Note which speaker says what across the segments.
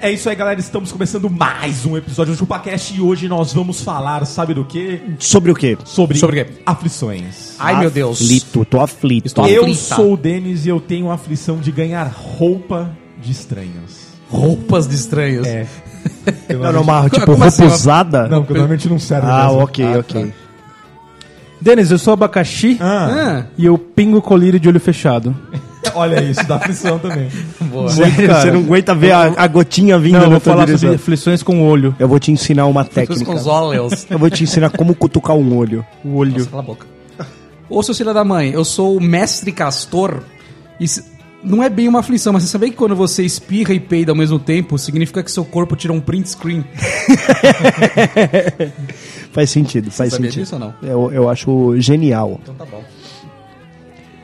Speaker 1: É isso aí, galera. Estamos começando mais um episódio do ChupaCast e hoje nós vamos falar, sabe do quê?
Speaker 2: Sobre o quê?
Speaker 1: Sobre,
Speaker 3: Sobre o quê? Ah,
Speaker 1: aflições.
Speaker 3: Ai, meu Deus.
Speaker 2: Aflito, tô aflito.
Speaker 3: Estou
Speaker 1: eu
Speaker 3: aflita.
Speaker 1: sou o Denis e eu tenho a aflição de ganhar roupa de estranhos.
Speaker 3: Roupas de estranhos.
Speaker 1: É.
Speaker 2: Não, não, uma, tipo,
Speaker 3: Como assim,
Speaker 2: roupa
Speaker 3: ó?
Speaker 2: usada?
Speaker 1: Não, porque normalmente não serve.
Speaker 2: Ah,
Speaker 1: mesmo.
Speaker 2: ok, ok.
Speaker 4: Denis, eu sou abacaxi
Speaker 1: Ah,
Speaker 3: Ah,
Speaker 4: e eu pingo colírio de olho fechado.
Speaker 1: olha isso, dá aflição também.
Speaker 3: boa.
Speaker 2: Sério,
Speaker 4: cara.
Speaker 2: você não aguenta ver a, a gotinha vindo
Speaker 4: eu
Speaker 2: na
Speaker 4: vou
Speaker 2: tua
Speaker 4: falar
Speaker 2: direção.
Speaker 4: sobre aflições com o olho.
Speaker 2: Eu vou te ensinar uma
Speaker 3: Pessoas
Speaker 2: técnica.
Speaker 3: com os óleos.
Speaker 2: Eu vou te ensinar como cutucar um olho.
Speaker 4: O olho.
Speaker 3: Nossa, cala a boca. Ô, seu filho da mãe, eu sou o mestre castor e se- não é bem uma aflição, mas você sabia que quando você espirra e peida ao mesmo tempo, significa que seu corpo tira um print screen.
Speaker 2: Faz sentido, faz
Speaker 3: sabia
Speaker 2: sentido.
Speaker 3: disso ou não?
Speaker 2: Eu, eu acho genial.
Speaker 3: Então tá bom.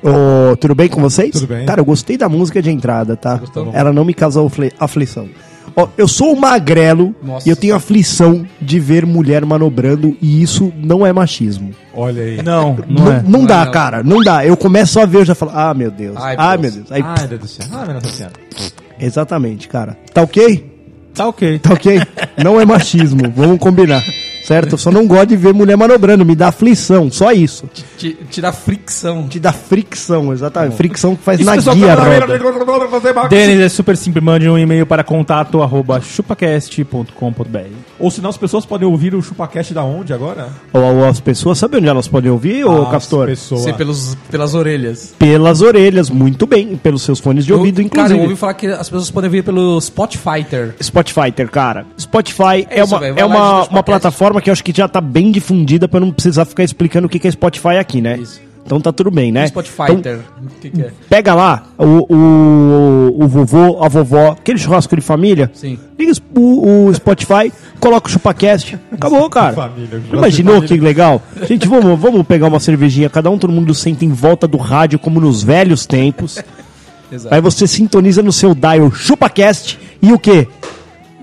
Speaker 2: Ô, tudo bem com vocês?
Speaker 1: Tudo bem.
Speaker 2: Cara, eu gostei da música de entrada, tá?
Speaker 3: gostou?
Speaker 2: Ela não me causou afli- aflição. Ó, eu sou um magrelo
Speaker 3: Nossa.
Speaker 2: e eu tenho aflição de ver mulher manobrando e isso não é machismo.
Speaker 1: Olha aí.
Speaker 4: Não,
Speaker 2: Não,
Speaker 4: não é.
Speaker 2: não dá,
Speaker 3: é, não.
Speaker 2: cara, não dá. Eu começo a ver, eu já falo, ah, meu Deus,
Speaker 3: Ai,
Speaker 2: ah,
Speaker 3: Deus.
Speaker 2: meu Deus. Aí,
Speaker 1: Ai, Deus do céu. Ah, meu Deus do céu.
Speaker 2: Exatamente, cara. Tá ok?
Speaker 4: Tá ok.
Speaker 2: Tá ok? não é machismo, vamos combinar. Certo? Eu só não gosto de ver mulher manobrando, me dá aflição, só isso.
Speaker 3: Ti- Tirar fricção.
Speaker 2: Te dá fricção, exatamente. Fricção que faz
Speaker 4: Isso,
Speaker 2: na
Speaker 4: pessoal,
Speaker 2: guia,
Speaker 4: tá na
Speaker 2: roda.
Speaker 4: Denis, é super simples. Mande um e-mail para contato arroba chupacast.com.br.
Speaker 1: Ou senão as pessoas podem ouvir o ChupaCast da onde agora?
Speaker 2: Ou, ou as pessoas, sabe onde elas podem ouvir, ô
Speaker 1: Ah, As
Speaker 2: Castor?
Speaker 1: pessoas.
Speaker 3: Ser pelos, pelas orelhas.
Speaker 2: Pelas orelhas, muito bem. Pelos seus fones de ouvido,
Speaker 3: eu, Cara, eu ouvi
Speaker 2: inclusive.
Speaker 3: falar que as pessoas podem vir pelo Spotifyter.
Speaker 2: Spotify, cara. Spotify é,
Speaker 3: É isso,
Speaker 2: uma,
Speaker 3: velho. Vai
Speaker 2: é
Speaker 3: lá e escuta
Speaker 2: uma,
Speaker 3: os
Speaker 2: uma
Speaker 3: podcasts.
Speaker 2: plataforma que eu acho que já tá bem difundida pra eu não precisar ficar explicando o que que é Spotify aqui, né?
Speaker 3: Isso.
Speaker 2: Então tá tudo bem, né? Então,
Speaker 3: Spotifyter. O que, que é?
Speaker 2: pega lá o, o, o vovô, a vovó, aquele churrasco de família.
Speaker 3: Sim.
Speaker 2: Liga o, o Spotify, coloca o ChupaCast. Acabou, cara.
Speaker 1: família, churrasco de
Speaker 2: Imaginou
Speaker 1: família.
Speaker 2: que legal? Gente, vamos, vamos pegar uma cervejinha. Cada um, todo mundo senta em volta do rádio, como nos velhos tempos.
Speaker 3: Exato.
Speaker 2: Aí você sintoniza no seu dial ChupaCast e o quê?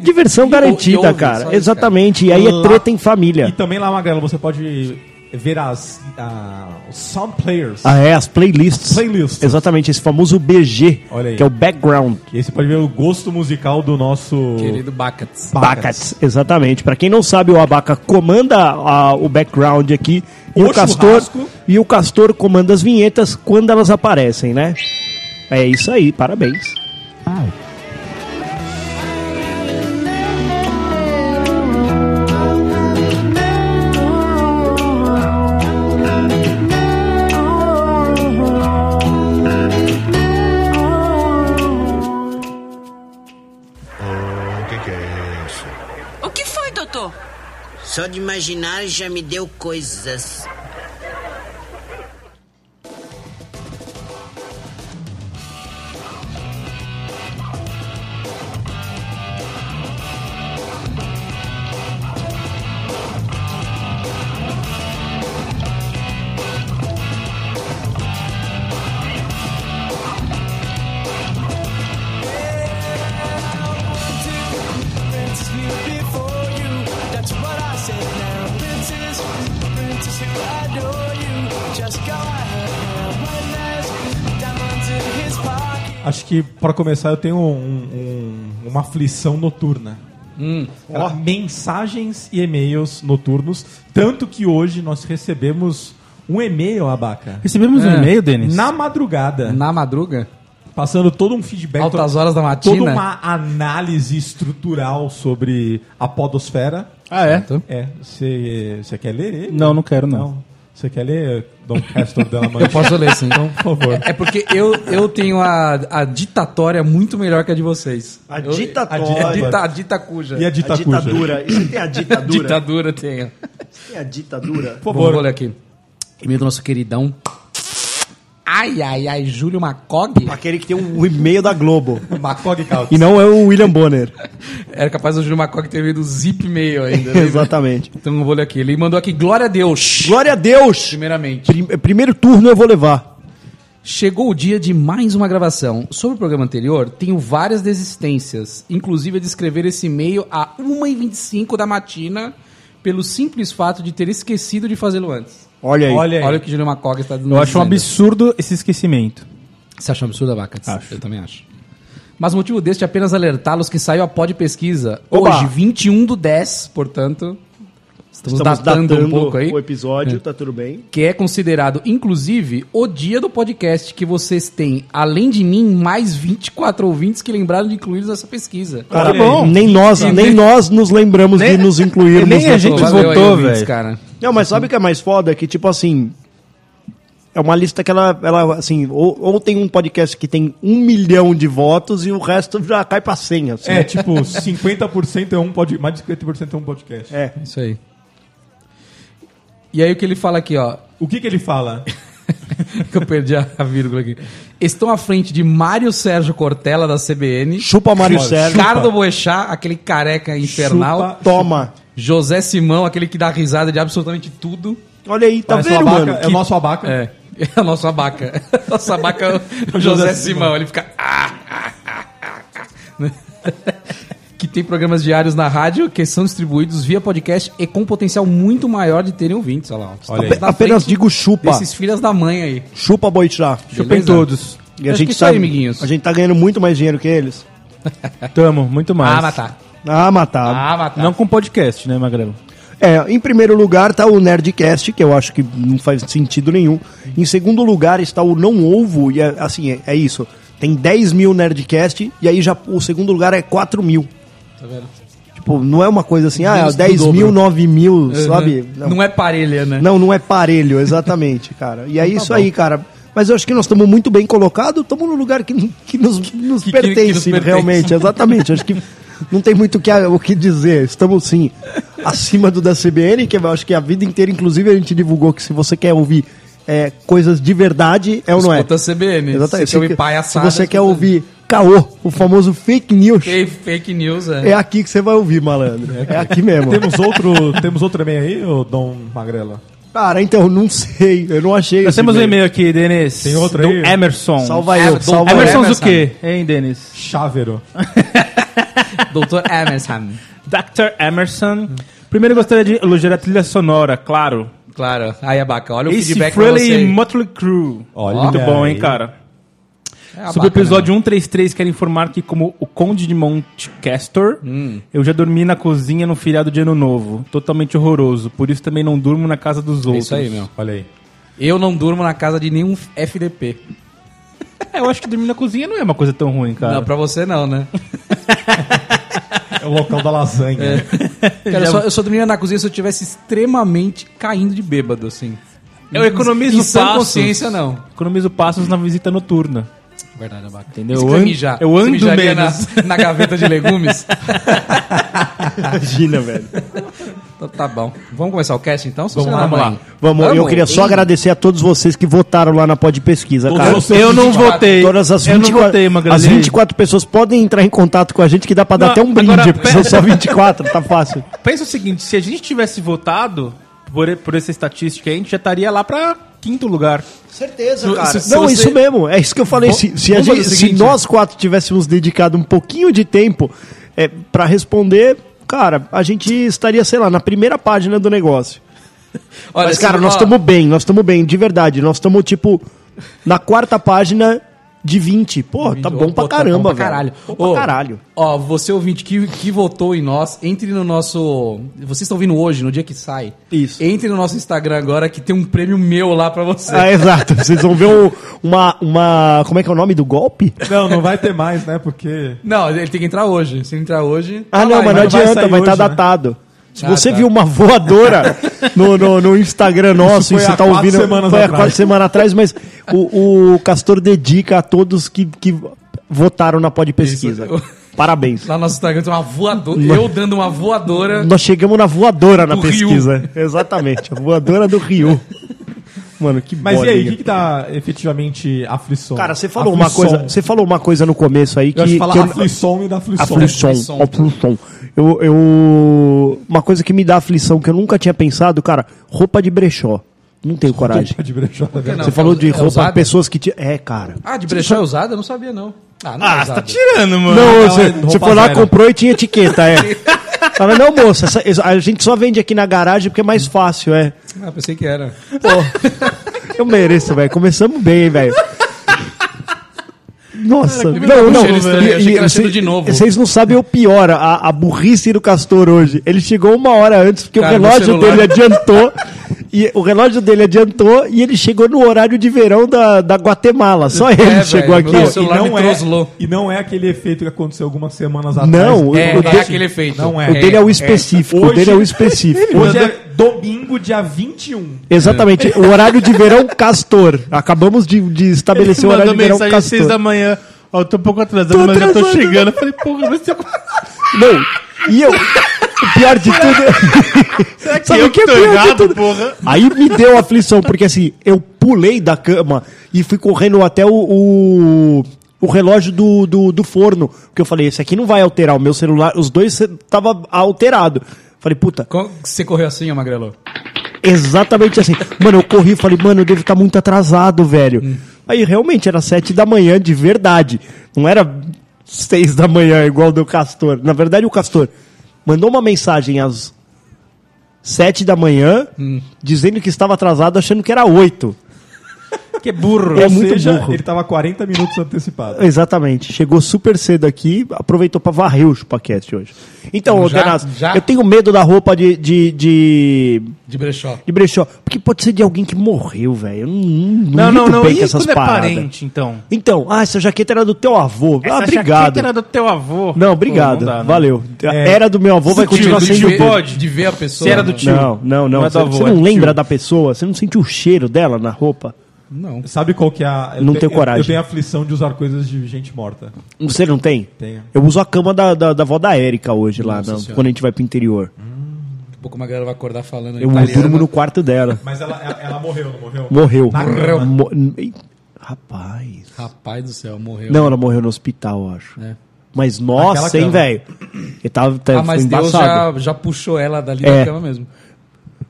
Speaker 2: Diversão
Speaker 3: E-
Speaker 2: garantida,
Speaker 3: e ouve,
Speaker 2: cara.
Speaker 3: só isso,
Speaker 2: Exatamente. E aí é
Speaker 1: Lá- Então-
Speaker 2: treta em família.
Speaker 1: E também lá, Magrelo, você pode ver as ah, os sound players.
Speaker 2: Ah, é, as playlists.
Speaker 1: Playlists.
Speaker 2: Exatamente, esse famoso BG,
Speaker 1: Olha aí.
Speaker 2: que é o background.
Speaker 1: E aí você pode ver o gosto musical do nosso.
Speaker 3: Querido Bacats.
Speaker 2: Abacats, exatamente. Pra quem não sabe, o Abaca comanda a- o background aqui e
Speaker 1: O
Speaker 2: o, Castor
Speaker 1: churrasco.
Speaker 2: e o Castor comanda as vinhetas quando elas aparecem, né? É isso aí, parabéns.
Speaker 5: O que, que é isso?
Speaker 6: O que foi, doutor?
Speaker 7: Só de imaginar já me deu coisas.
Speaker 1: Acho que, pra começar, eu tenho um- um- uma aflição noturna.
Speaker 3: Hum.
Speaker 1: Cara, mensagens e e-mails noturnos. Tanto que hoje nós recebemos um e-mail, Abaca.
Speaker 4: Recebemos um
Speaker 3: É.
Speaker 4: e-mail, Denis.
Speaker 1: Na madrugada,
Speaker 3: Na madruga?
Speaker 1: passando todo um feedback.
Speaker 3: Altas
Speaker 1: to-
Speaker 3: horas da matina.
Speaker 1: Toda uma análise estrutural sobre a podosfera.
Speaker 4: Ah, é?
Speaker 1: É, você você quer ler ele?
Speaker 4: Não, não quero, não.
Speaker 1: Não. Então, Você quer ler eh, Dom Castor Della Mancha?
Speaker 3: Eu posso ler, sim.
Speaker 1: Então, por favor.
Speaker 3: É porque eu, eu tenho a, a ditatória muito melhor que a de vocês.
Speaker 8: A
Speaker 3: Eu-
Speaker 8: ditatória.
Speaker 3: A dita, a dita cuja. É
Speaker 1: E a
Speaker 8: A
Speaker 1: ditacuja?
Speaker 8: ditadura. E você tem a ditadura?
Speaker 3: ditadura tenho.
Speaker 8: Tem a ditadura?
Speaker 1: Por
Speaker 3: Vamos
Speaker 1: favor.
Speaker 3: olhar aqui. E-mail do nosso queridão. Ai, ai, ai, Júlio Macog.
Speaker 8: Aquele que tem um e-mail da Globo.
Speaker 1: Macog Caldas.
Speaker 2: E não é o William Bonner.
Speaker 3: Era capaz do Júlio Macog ter vindo zip mail ainda. né?
Speaker 2: Exatamente.
Speaker 3: Então eu vou ler aqui. Ele mandou aqui, glória a Deus.
Speaker 2: Glória a Deus!
Speaker 3: Primeiramente.
Speaker 2: Prim- primeiro turno eu vou levar.
Speaker 3: Chegou o dia de mais uma gravação. Sobre o programa anterior, tenho várias desistências, inclusive a de escrever esse e-mail a 1h25 da matina, pelo simples fato de ter esquecido de fazê-lo antes.
Speaker 2: Olha aí.
Speaker 1: Olha aí.
Speaker 3: Olha o que Júlio Macog está dizendo.
Speaker 4: Eu acho um absurdo esse esquecimento.
Speaker 3: Você acha um absurdo, Abacate?
Speaker 4: Acho.
Speaker 3: Eu também acho. Mas o motivo deste é apenas alertá-los que saiu a pod pesquisa.
Speaker 2: Oba!
Speaker 3: Hoje, 21 do 10, portanto, estamos,
Speaker 8: Estamos
Speaker 3: datando,
Speaker 8: datando,
Speaker 3: um pouco aí.
Speaker 8: o episódio, tá tudo bem.
Speaker 3: que é considerado, inclusive, o dia do podcast que vocês têm, além de mim, mais 24 ouvintes que lembraram de incluí-los nessa pesquisa.
Speaker 2: Cara,
Speaker 1: Olha aí.
Speaker 2: Tá bom. Nem nós, nem nós nos lembramos de nos incluirmos.
Speaker 4: nem a
Speaker 2: na-
Speaker 4: gente
Speaker 3: Valeu aí,
Speaker 4: votou,
Speaker 3: ouvintes,
Speaker 4: velho.
Speaker 3: cara.
Speaker 2: Não, mas sabe o que é mais foda? Que, tipo assim. É uma lista que ela, ela assim, ou, ou tem um podcast que tem um milhão de votos e o resto já cai pra 100, assim.
Speaker 1: É, tipo, 50% é um podcast. Mais de 50% é um podcast.
Speaker 2: É.
Speaker 3: Isso aí. E aí o que ele fala aqui, ó,
Speaker 1: O que, que ele fala?
Speaker 3: que eu perdi a a vírgula aqui. Estão à frente de Mário Sérgio Cortella, da CBN,
Speaker 2: Chupa Mário Sérgio.
Speaker 3: Ricardo Boechat, aquele careca infernal,
Speaker 1: Chupa-
Speaker 2: Toma.
Speaker 3: José Simão, aquele que dá risada de absolutamente tudo.
Speaker 2: Olha aí, tá
Speaker 1: Parece
Speaker 2: vendo,
Speaker 1: o abaca,
Speaker 2: mano?
Speaker 1: É o nosso abaca.
Speaker 3: É, é o nosso abaca. Nosso abaca é o José,
Speaker 1: José
Speaker 3: Simão. Ele fica. "Ah, ah, ah, ah, ah", que tem programas diários na rádio que são distribuídos via podcast e com potencial muito maior de terem ouvintes. Olha lá. ó.
Speaker 1: Olha aí.
Speaker 3: Estamos na
Speaker 2: Apenas
Speaker 3: frente
Speaker 2: digo chupa.
Speaker 3: Desses filhas da mãe aí.
Speaker 2: Chupa Boixá.
Speaker 3: Beleza?
Speaker 4: todos.
Speaker 2: E a
Speaker 3: Acho que
Speaker 2: gente,
Speaker 3: isso aí,
Speaker 2: tá,
Speaker 3: amiguinhos.
Speaker 2: a gente tá ganhando muito mais dinheiro que eles.
Speaker 4: Tamo, muito mais.
Speaker 3: Ah,
Speaker 1: tá.
Speaker 3: matar.
Speaker 2: Ah, matar.
Speaker 3: Ah, matar.
Speaker 4: Não com podcast, né, Magrelo?
Speaker 2: É, em primeiro lugar tá o Nerdcast, que eu acho que não faz sentido nenhum. Em segundo lugar está o Não Ovo, e é, assim, é, é isso. Tem 10 mil Nerdcast, e aí já o segundo lugar é 4 mil. Tipo, não é uma coisa assim, ah,
Speaker 3: Tá Menos
Speaker 2: é
Speaker 3: do
Speaker 2: 10 mil,
Speaker 3: dobro.
Speaker 2: 9 mil, sabe?
Speaker 3: Não. é parelha, né?
Speaker 2: Não, não é parelho, exatamente, cara. E é isso aí, cara. Mas eu acho que nós estamos muito bem colocados, estamos no lugar que, que nos, nos
Speaker 3: que- que
Speaker 2: pertence,
Speaker 3: nos pertence.
Speaker 2: realmente, exatamente. Acho que não tem muito o que, o que dizer. Estamos, sim, acima do da CBN, que eu acho que a vida inteira, inclusive, a gente divulgou que se você quer ouvir é, coisas de verdade, é ou não é?
Speaker 3: Escuta a CBN.
Speaker 2: Exatamente.
Speaker 3: Se você quer ouvir
Speaker 2: se
Speaker 3: palhaçada,
Speaker 2: você quer
Speaker 3: escuta-
Speaker 2: ouvir caô, o famoso fake news,
Speaker 3: Fake, fake news, é.
Speaker 2: é aqui que você vai ouvir, malandro. É aqui mesmo.
Speaker 1: Temos outro, temos outro e-mail aí, ô Dom Magrela?
Speaker 2: Cara, então, não sei. Eu não achei.
Speaker 4: Nós
Speaker 2: esse
Speaker 4: temos um
Speaker 2: e-mail.
Speaker 4: e-mail aqui, Denis.
Speaker 1: Tem outro
Speaker 4: do
Speaker 1: aí?
Speaker 4: Emerson.
Speaker 2: Salva
Speaker 3: É,
Speaker 2: eu,
Speaker 3: do-
Speaker 2: salva eu.
Speaker 4: Emerson
Speaker 3: Emerson.
Speaker 4: do quê? Hein, Denis?
Speaker 1: Chávero.
Speaker 3: Doutor Emerson.
Speaker 4: Dr. Emerson. Primeiro gostaria de elogiar a trilha sonora, claro.
Speaker 3: Claro. Aí, abaca. Olha o
Speaker 4: Ace
Speaker 3: feedback pra
Speaker 4: Frehley
Speaker 3: você.
Speaker 4: e Motley Crue.
Speaker 1: Olha
Speaker 4: Muito bom,
Speaker 1: aí.
Speaker 4: hein, cara?
Speaker 3: É abaca,
Speaker 4: Sobre o
Speaker 3: né?
Speaker 4: episódio 133, quero informar que, como o Conde de Montecastor,
Speaker 3: Hum.
Speaker 4: eu já dormi na cozinha no feriado de Ano Novo. Totalmente horroroso. Por isso também não durmo na casa dos
Speaker 3: É
Speaker 4: outros.
Speaker 3: isso aí, meu.
Speaker 1: Olha aí.
Speaker 3: Eu não durmo na casa de nenhum FDP.
Speaker 4: É, eu acho que dormir na cozinha não é uma coisa tão ruim, cara.
Speaker 3: Não, pra você não, né?
Speaker 1: É o local da lasanha.
Speaker 3: É. Cara, eu, só, eu só dormiria na cozinha se eu tivesse extremamente caindo de bêbado, assim.
Speaker 4: Eu economizo
Speaker 3: Em sã
Speaker 4: passos.
Speaker 3: consciência, não.
Speaker 4: Economizo passos na visita noturna.
Speaker 3: Verdade, abaca.
Speaker 4: Entendeu?
Speaker 3: Isso que
Speaker 4: Eu
Speaker 3: vai
Speaker 4: ando-
Speaker 3: mijar.
Speaker 4: eu
Speaker 3: Você
Speaker 4: ando
Speaker 3: mijaria
Speaker 4: menos.
Speaker 3: Na, na gaveta de legumes?
Speaker 2: Imagina, velho.
Speaker 3: então, tá bom. Vamos começar o cast, então? Vamos,
Speaker 2: Vamos, eu queria só agradecer
Speaker 3: agradecer.
Speaker 2: a todos vocês que votaram lá na Pod Pesquisa, cara.
Speaker 1: vocês.
Speaker 4: Eu não
Speaker 3: 24
Speaker 4: votei.
Speaker 2: Todas as
Speaker 4: eu não
Speaker 2: 24,
Speaker 4: votei, Magrelê.
Speaker 2: as 24 pessoas podem entrar em contato com a gente, que dá pra dar
Speaker 4: Não,
Speaker 2: até um brinde,
Speaker 4: agora-
Speaker 2: porque são só 24, tá fácil.
Speaker 4: Pensa o seguinte, se a gente tivesse votado por, e- por essa estatística, aí, a gente já estaria lá pra quinto lugar.
Speaker 3: Se-
Speaker 8: Certeza,
Speaker 3: se- se
Speaker 2: Não,
Speaker 3: você-
Speaker 2: isso mesmo, é isso que eu falei. Se, se, a
Speaker 3: vamos fazer
Speaker 2: gente-
Speaker 3: o
Speaker 2: se
Speaker 3: seguinte.
Speaker 2: nós quatro tivéssemos dedicado um pouquinho de tempo é, para responder, cara, a gente estaria, sei lá, na primeira página do negócio.
Speaker 3: Olha,
Speaker 2: Mas,
Speaker 3: se-
Speaker 2: cara, nós
Speaker 3: assim, ó,
Speaker 2: estamos bem, nós estamos bem, de verdade. Nós estamos, tipo, na quarta página de 20. Pô, tá bom pra
Speaker 3: Pô,
Speaker 2: caramba,
Speaker 3: bom pra caralho.
Speaker 2: velho. Bom pra
Speaker 3: Ô,
Speaker 2: caralho.
Speaker 3: Ó, você ouvinte que, que votou em nós, entre no nosso. Vocês estão vindo hoje, no dia que sai.
Speaker 2: Isso.
Speaker 3: Entre no nosso Instagram agora que tem um prêmio meu lá pra você.
Speaker 2: Ah, exato. Vocês vão ver um- uma, uma. Como é que é o nome do golpe?
Speaker 1: Não, não vai ter mais, né? Porque.
Speaker 3: Não, ele tem que entrar hoje. tá Se ele entrar hoje.
Speaker 2: Ah, não, mas não
Speaker 1: mas não vai
Speaker 2: adianta,
Speaker 1: sair
Speaker 2: vai estar
Speaker 1: hoje, né?
Speaker 2: datado. Se você
Speaker 3: tá.
Speaker 2: viu uma voadora no, no, no Instagram nosso e
Speaker 1: foi
Speaker 2: você
Speaker 1: há
Speaker 2: tá
Speaker 1: quatro
Speaker 2: ouvindo.
Speaker 1: semanas
Speaker 2: foi há
Speaker 1: atrás.
Speaker 2: quatro semanas atrás, mas o, o Castor dedica a todos que, que votaram na pod pesquisa. Parabéns.
Speaker 3: Lá no nosso Instagram tem uma voadora. Eu dando uma voadora.
Speaker 2: Nós chegamos na voadora na
Speaker 3: Do
Speaker 2: pesquisa. Exatamente, a voadora do Rio. Mano, que
Speaker 1: Mas e aí, o
Speaker 2: bolinha.
Speaker 1: que, tá? que dá efetivamente aflição?
Speaker 2: Cara, você falou uma
Speaker 1: Aflição.
Speaker 2: coisa, você falou uma coisa no começo aí que,
Speaker 1: Eu acho que
Speaker 2: que
Speaker 1: falar
Speaker 2: eu-
Speaker 1: aflição me dá aflição.
Speaker 2: aflição,
Speaker 3: Aflição.
Speaker 2: aflição. Eu, eu uma coisa que me dá aflição que eu nunca tinha pensado, cara, roupa de brechó. Não tenho coragem.
Speaker 1: Roupa de brechó, tá vendo?
Speaker 3: não?
Speaker 2: Você falou
Speaker 3: É
Speaker 2: de roupa,
Speaker 3: usada?
Speaker 2: pessoas que te... é, cara.
Speaker 3: Ah, de brechó é usada? Eu não sabia, não. Ah, não é
Speaker 4: Ah, você
Speaker 3: usada.
Speaker 4: tá tirando, mano.
Speaker 2: Não, você,
Speaker 1: é roupa
Speaker 2: você foi lá,
Speaker 1: velha.
Speaker 2: comprou e tinha etiqueta, é. Fala, não, moça, essa- essa- a gente só vende aqui na garagem porque é mais fácil, é.
Speaker 3: Ah, pensei que era.
Speaker 2: Eu mereço, velho. Começamos bem, velho. Nossa,
Speaker 3: tá com
Speaker 2: não, não.
Speaker 3: cheiro estranho, achei que era
Speaker 2: e
Speaker 3: cheiro
Speaker 2: cê-
Speaker 3: de novo.
Speaker 2: Vocês não sabem o pior, a, a burrice do Castor hoje. Ele chegou uma hora antes, porque
Speaker 3: Cara,
Speaker 2: o
Speaker 3: meu
Speaker 2: relógio
Speaker 3: celular.
Speaker 2: dele adiantou. E o relógio dele adiantou e ele chegou no horário de verão da, da Guatemala. Só ele
Speaker 3: É, velho,
Speaker 2: chegou
Speaker 3: meu
Speaker 2: aqui.
Speaker 3: Deus.
Speaker 1: Não,
Speaker 3: O celular
Speaker 1: e, não
Speaker 3: me troslou.
Speaker 1: é, e não é aquele efeito que aconteceu algumas semanas atrás.
Speaker 2: Não,
Speaker 3: É,
Speaker 2: o,
Speaker 3: é
Speaker 2: o dele-
Speaker 3: aquele efeito.
Speaker 1: Não é.
Speaker 2: o dele é o
Speaker 3: É,
Speaker 2: específico. O
Speaker 1: Hoje-
Speaker 2: dele é o específico.
Speaker 1: Hoje é domingo, dia 21.
Speaker 2: Exatamente. O horário de verão Castor. Acabamos de, de estabelecer o horário de verão
Speaker 4: mensagem às
Speaker 2: Castor.
Speaker 4: seis da manhã. Ó, eu tô um pouco atrasado, mas já tô chegando. Eu falei, porra, mas você...
Speaker 2: Não, e eu. O pior de é- tudo. Será
Speaker 4: eu que é tô errado, porra?
Speaker 2: Aí me deu aflição, porque assim, eu pulei da cama e fui correndo até o. o... o relógio do, do, do forno. Porque eu falei, esse aqui não vai alterar. O meu celular, os dois cê- tava alterado. Falei, puta,
Speaker 3: Co- Você correu assim, ô Magrelo?
Speaker 2: exatamente assim. Mano, eu corri e falei, mano, eu devo estar muito atrasado, velho.
Speaker 3: Hum.
Speaker 2: Aí realmente era sete da manhã de verdade. Não era seis da manhã igual do Castor. Na verdade, o Castor mandou uma mensagem às sete da manhã
Speaker 3: Hum.
Speaker 2: dizendo que estava atrasado, achando que era oito.
Speaker 1: Que burro.
Speaker 2: É
Speaker 1: Ou
Speaker 2: muito
Speaker 1: seja,
Speaker 2: burro.
Speaker 1: ele tava 40 minutos antecipado.
Speaker 2: Exatamente. Chegou super cedo aqui, aproveitou pra varrer o ChupaCast hoje. Então,
Speaker 3: Já?
Speaker 2: Denaz,
Speaker 3: Já?
Speaker 2: eu tenho medo da roupa de, de, de,
Speaker 3: De brechó.
Speaker 2: de brechó. Porque pode ser de alguém que morreu, velho. Eu não, não, lido bem com
Speaker 4: é
Speaker 2: essas paradas.
Speaker 4: então?
Speaker 2: Então, ah, essa jaqueta era do teu avô. ah, obrigado.
Speaker 4: do teu avô.
Speaker 2: Não, obrigado.
Speaker 4: né?
Speaker 2: Valeu.
Speaker 1: É.
Speaker 2: Era do meu avô, vai
Speaker 4: Tio,
Speaker 2: continuar
Speaker 4: do
Speaker 3: Tipo, de,
Speaker 4: tio
Speaker 2: sendo
Speaker 3: ver,
Speaker 2: dele.
Speaker 4: pode?
Speaker 3: de ver a pessoa.
Speaker 4: Se era do
Speaker 3: né?
Speaker 4: tio.
Speaker 2: Não, não, não.
Speaker 4: Não é do
Speaker 2: Você-
Speaker 4: avô,
Speaker 2: você
Speaker 4: é
Speaker 2: não
Speaker 4: do
Speaker 2: lembra
Speaker 4: tio.
Speaker 2: da pessoa? Você não sentiu o cheiro dela na roupa?
Speaker 3: Não.
Speaker 1: Sabe qual que é a... eu
Speaker 2: Não
Speaker 1: te-
Speaker 2: tenho
Speaker 1: eu-
Speaker 2: coragem.
Speaker 1: Eu tenho aflição de usar coisas de gente morta.
Speaker 2: Você não tem?
Speaker 1: Tenho.
Speaker 2: Eu uso a cama da, da, da avó da Érica hoje lá, na- quando a gente vai pro interior.
Speaker 3: Daqui a pouco o Magrelo vai acordar falando.
Speaker 2: Eu
Speaker 3: italiano.
Speaker 2: durmo no quarto dela.
Speaker 1: Mas ela, ela, ela morreu, não morreu?
Speaker 2: Morreu.
Speaker 1: Na cama.
Speaker 2: Mo- Ih, Rapaz.
Speaker 3: Rapaz do céu, morreu.
Speaker 2: Não, ela morreu no hospital, eu acho.
Speaker 3: É.
Speaker 2: Mas nossa,
Speaker 1: Naquela
Speaker 2: hein, velho. Ele tava, tava
Speaker 3: Ah,
Speaker 2: É,
Speaker 3: mas
Speaker 2: foi
Speaker 3: Deus
Speaker 2: embaçado.
Speaker 3: já, já puxou ela dali
Speaker 2: É.
Speaker 3: da cama mesmo.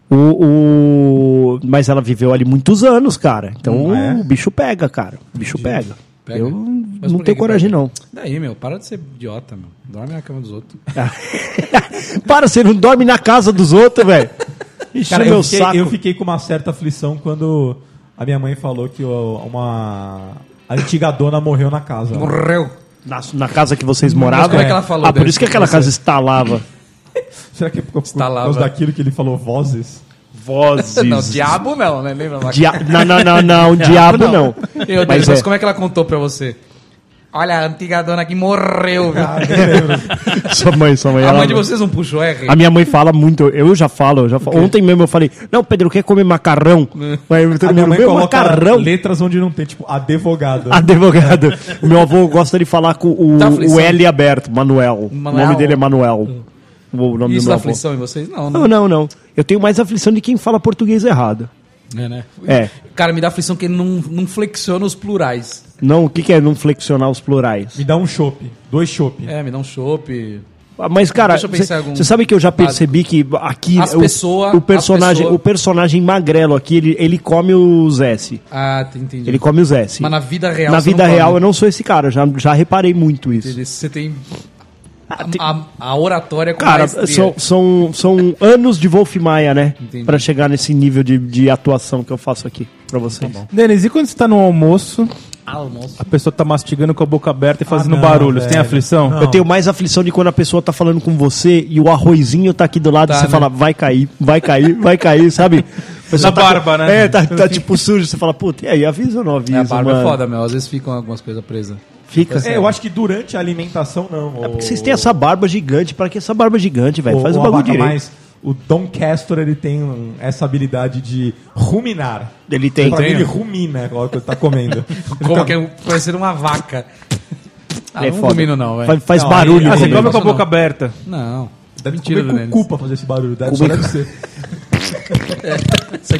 Speaker 2: O, o... Mas ela viveu ali muitos anos, cara. Então
Speaker 1: Hum, é?
Speaker 2: o bicho pega, cara. O bicho pega.
Speaker 3: Ah, Pega.
Speaker 2: Eu
Speaker 3: Mas
Speaker 2: não
Speaker 3: por que
Speaker 2: tenho
Speaker 3: que
Speaker 2: coragem,
Speaker 3: pega?
Speaker 2: não.
Speaker 3: Daí, meu, para de ser idiota, meu. Dorme na cama dos outros.
Speaker 2: Para, você não dorme na casa dos outros, velho. Encheu
Speaker 1: Cara, eu
Speaker 2: meu
Speaker 1: fiquei,
Speaker 2: saco.
Speaker 1: eu fiquei com uma certa aflição quando a minha mãe falou que ó, uma a antiga dona morreu na casa.
Speaker 3: Morreu.
Speaker 2: Na, na casa que vocês
Speaker 3: Mas
Speaker 2: moravam?
Speaker 3: como é que ela falou
Speaker 2: Ah, por
Speaker 3: dessa-
Speaker 2: isso que aquela casa estalava.
Speaker 1: Será que é por, por
Speaker 3: Estalava.
Speaker 1: causa daquilo que ele falou, vozes?
Speaker 2: Vozes.
Speaker 3: Não, diabo não, né? Lembra? Magrelo?
Speaker 2: Dia- Não, não, não, não. um diabo não.
Speaker 3: Meu Deus,
Speaker 2: Mas
Speaker 3: mas,
Speaker 2: é.
Speaker 3: como é que ela contou pra você? Olha, a antiga dona aqui morreu, viu?
Speaker 2: Sua mãe, sua mãe.
Speaker 3: a
Speaker 2: Ah, ela-
Speaker 3: mãe de vocês não puxou R?
Speaker 2: A minha mãe fala muito, eu já falo, eu já falo. Ontem mesmo eu falei, não, Pedro, quer comer macarrão?
Speaker 3: É.
Speaker 2: Mas todo
Speaker 1: A minha
Speaker 2: mundo,
Speaker 1: mãe
Speaker 2: meu
Speaker 1: coloca
Speaker 2: macarrão.
Speaker 1: letras onde não tem, tipo, advogado.
Speaker 2: Advogado. O meu avô gosta de falar com o,
Speaker 3: Dá Tá aflição.
Speaker 2: o L aberto, Manuel.
Speaker 3: Manuel. Hum.
Speaker 2: O nome dele é Manuel. O nome do meu
Speaker 3: Isso
Speaker 2: avô.
Speaker 3: dá
Speaker 2: Ah,
Speaker 3: aflição em vocês? Não, né?
Speaker 2: Não, não,
Speaker 3: não.
Speaker 2: não. Eu tenho mais aflição de quem fala português errado.
Speaker 3: É, né?
Speaker 2: É.
Speaker 3: Cara, me dá aflição que ele não, não flexiona os plurais.
Speaker 2: Não, o que, que é não flexionar os plurais?
Speaker 1: Me dá um chope, dois chope.
Speaker 3: É, me dá um chope.
Speaker 2: Ah, Mas, cara,
Speaker 3: Deixa eu pensar algum
Speaker 2: você sabe que eu já percebi que aqui
Speaker 3: As
Speaker 2: o,
Speaker 3: pessoa-
Speaker 2: o personagem,
Speaker 3: as pessoa-
Speaker 2: o personagem magrelo aqui, ele, ele come os S.
Speaker 3: Ah, t- entendi.
Speaker 2: Ele come os S.
Speaker 3: Mas na vida real
Speaker 2: Na
Speaker 3: você
Speaker 2: vida
Speaker 3: não come.
Speaker 2: real eu não sou esse cara, eu já, já reparei muito isso.
Speaker 3: Entendi. Você tem a, a- a oratória com
Speaker 2: Ah, Cara,
Speaker 3: maestria.
Speaker 2: são, são, são anos de Wolf Maia, né?
Speaker 3: Entendi.
Speaker 2: Pra chegar nesse nível de, de atuação que eu faço aqui pra vocês.
Speaker 4: Denis, e quando você tá no almoço, Ah,
Speaker 3: Ah, nossa.
Speaker 4: a pessoa tá mastigando com a boca aberta e fazendo
Speaker 1: não,
Speaker 4: barulho? Você tem
Speaker 1: velho.
Speaker 4: aflição?
Speaker 1: Não.
Speaker 2: Eu tenho mais aflição de quando a pessoa tá falando com você e o arrozinho tá aqui do lado
Speaker 3: Tá,
Speaker 2: e você
Speaker 3: né?
Speaker 2: fala, vai cair, vai cair, vai cair, sabe? A pessoa
Speaker 4: Na
Speaker 2: tá com-
Speaker 4: barba, né?
Speaker 2: É, tá, tá tipo sujo, você fala, puta, e aí, avisa ou não avisa?
Speaker 3: É, a barba
Speaker 2: mano?
Speaker 3: é foda, meu. Às vezes ficam algumas coisas presas.
Speaker 2: Fica. É
Speaker 1: É, eu acho que durante a alimentação não. um
Speaker 2: Porque vocês têm essa barba gigante, pra que essa barba gigante, velho? Faz o bagulho direito.
Speaker 1: mais. o Dom Castor ele tem um- essa habilidade de ruminar.
Speaker 2: Ele tem.
Speaker 1: Pra mim,
Speaker 3: Tem.
Speaker 1: ele rumina agora que ele tá comendo.
Speaker 3: Como que é parecendo uma vaca. Ah,
Speaker 2: É
Speaker 3: não
Speaker 2: foda.
Speaker 3: domino não, velho.
Speaker 2: Faz, faz
Speaker 1: Não,
Speaker 2: barulho.
Speaker 1: aí-
Speaker 4: Ah,
Speaker 1: aí
Speaker 4: você
Speaker 2: comigo.
Speaker 4: come com a
Speaker 3: Não.
Speaker 4: boca aberta.
Speaker 3: Não.
Speaker 1: Deve
Speaker 3: Mentira,
Speaker 1: comer com
Speaker 3: Danelis.
Speaker 1: o cu pra fazer esse barulho. Deve, só deve ser.
Speaker 3: Sai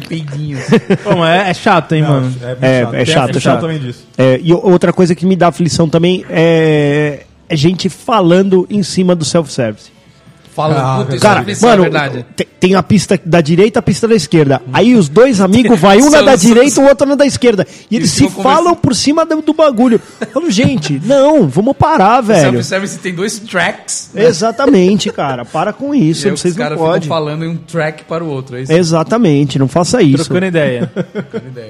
Speaker 3: peidinho.
Speaker 4: Bom, é, é chato, hein, mano?
Speaker 1: muito
Speaker 2: É,
Speaker 1: chato. Tem
Speaker 2: é chato,
Speaker 1: essa
Speaker 2: é chato.
Speaker 1: questão também disso.
Speaker 2: É, e o- outra coisa que me dá aflição também é, é gente falando em cima do self-service.
Speaker 3: Fala,
Speaker 1: Ah,
Speaker 3: puta, isso
Speaker 2: Cara,
Speaker 3: é aflição,
Speaker 2: mano,
Speaker 3: é verdade.
Speaker 2: te- tem a pista da direita, a pista da esquerda. Aí os dois amigos, vai um na
Speaker 3: São-
Speaker 2: da
Speaker 3: são-
Speaker 2: direita, o outro na da esquerda. E eles
Speaker 3: Eles
Speaker 2: se
Speaker 3: ficam
Speaker 2: falam por cima do, do bagulho. Falo, gente, não, vamos parar, velho.
Speaker 3: Self-service tem dois tracks. né?
Speaker 2: Exatamente, cara. Para com
Speaker 3: E
Speaker 2: isso,
Speaker 3: aí
Speaker 2: vocês
Speaker 3: os
Speaker 2: não
Speaker 3: caras
Speaker 2: podem.
Speaker 3: ficam falando em um track para o outro. É isso.
Speaker 2: Exatamente, não faça isso.
Speaker 4: Trocando ideia.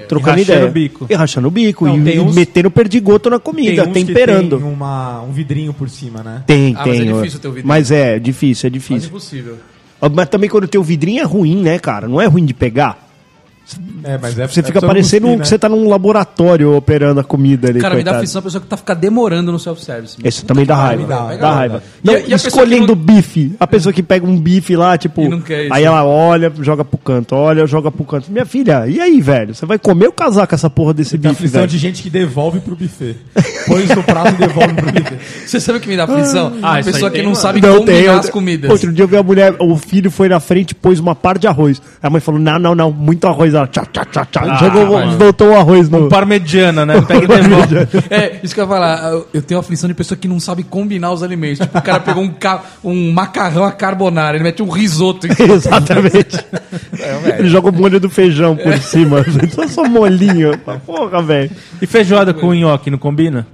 Speaker 2: Trocando
Speaker 4: E
Speaker 2: ideia.
Speaker 4: rachando o bico.
Speaker 2: E rachando o bico.
Speaker 1: Não,
Speaker 2: e
Speaker 1: tem
Speaker 2: e
Speaker 1: uns-
Speaker 2: metendo perdigoto na comida,
Speaker 1: uns que
Speaker 2: temperando.
Speaker 1: Tem uma, um vidrinho por cima, né?
Speaker 2: Tem,
Speaker 3: Ah, mas
Speaker 2: tem.
Speaker 3: é
Speaker 2: ó.
Speaker 3: difícil ter o vidrinho.
Speaker 2: Mas é difícil, é
Speaker 3: Quase
Speaker 2: difícil.
Speaker 3: impossível.
Speaker 2: Ó, Mas, também quando tem o vidrinho é ruim, né, cara? Não é ruim de pegar.
Speaker 1: É, mas é,
Speaker 2: Você
Speaker 1: é
Speaker 2: fica
Speaker 1: só
Speaker 2: parecendo
Speaker 1: cuspir,
Speaker 2: que
Speaker 1: né?
Speaker 2: você tá num laboratório operando a comida ali.
Speaker 3: Cara, me dá
Speaker 2: coitado.
Speaker 3: aflição a pessoa que tá ficar demorando no self-service. mano.
Speaker 2: Esse também dá raiva.
Speaker 1: me
Speaker 2: Dá,
Speaker 1: dá,
Speaker 2: raiva.
Speaker 1: me dá raiva.
Speaker 3: E
Speaker 2: Não,
Speaker 3: a- e a pessoa
Speaker 2: escolhendo
Speaker 3: que
Speaker 2: bife. A pessoa que pega um bife lá, tipo.
Speaker 3: E não quer isso.
Speaker 2: aí ela olha, joga pro canto, olha, joga pro canto. Minha filha, e aí, velho? Você vai comer ou casar com essa porra desse
Speaker 1: Tem
Speaker 2: bife,
Speaker 1: aflição
Speaker 2: velho?
Speaker 1: de gente que devolve pro buffet. Põe isso no prato e devolve pro buffet.
Speaker 3: Você sabe o que me dá aflição? a
Speaker 4: isso
Speaker 3: pessoa
Speaker 4: aí
Speaker 3: que
Speaker 4: tem,
Speaker 3: não
Speaker 4: mano.
Speaker 3: sabe
Speaker 2: Não,
Speaker 3: combinar
Speaker 2: tem.
Speaker 3: as comidas.
Speaker 2: Outro dia eu vi a mulher, o filho foi na frente e pôs uma par de arroz. A mãe falou: não, não, não, muito arroz. Ela tchá, tchá, tchá,
Speaker 3: Ah,
Speaker 2: tchá. Jogou,
Speaker 4: mas-
Speaker 2: botou o arroz
Speaker 3: Um
Speaker 2: no.
Speaker 4: Parmegiana, né? Pega e devolve.
Speaker 3: É, isso que eu ia falar. Eu- Eu tenho aflição de pessoa que não sabe combinar os alimentos. Tipo, o cara pegou um, ca- um macarrão a carbonara, ele mete um risoto. em-
Speaker 2: Exatamente.
Speaker 3: É.
Speaker 2: Ele joga o molho do feijão por cima. Então só molinho. Porra, velho.
Speaker 4: E feijoada com nhoque, não combina?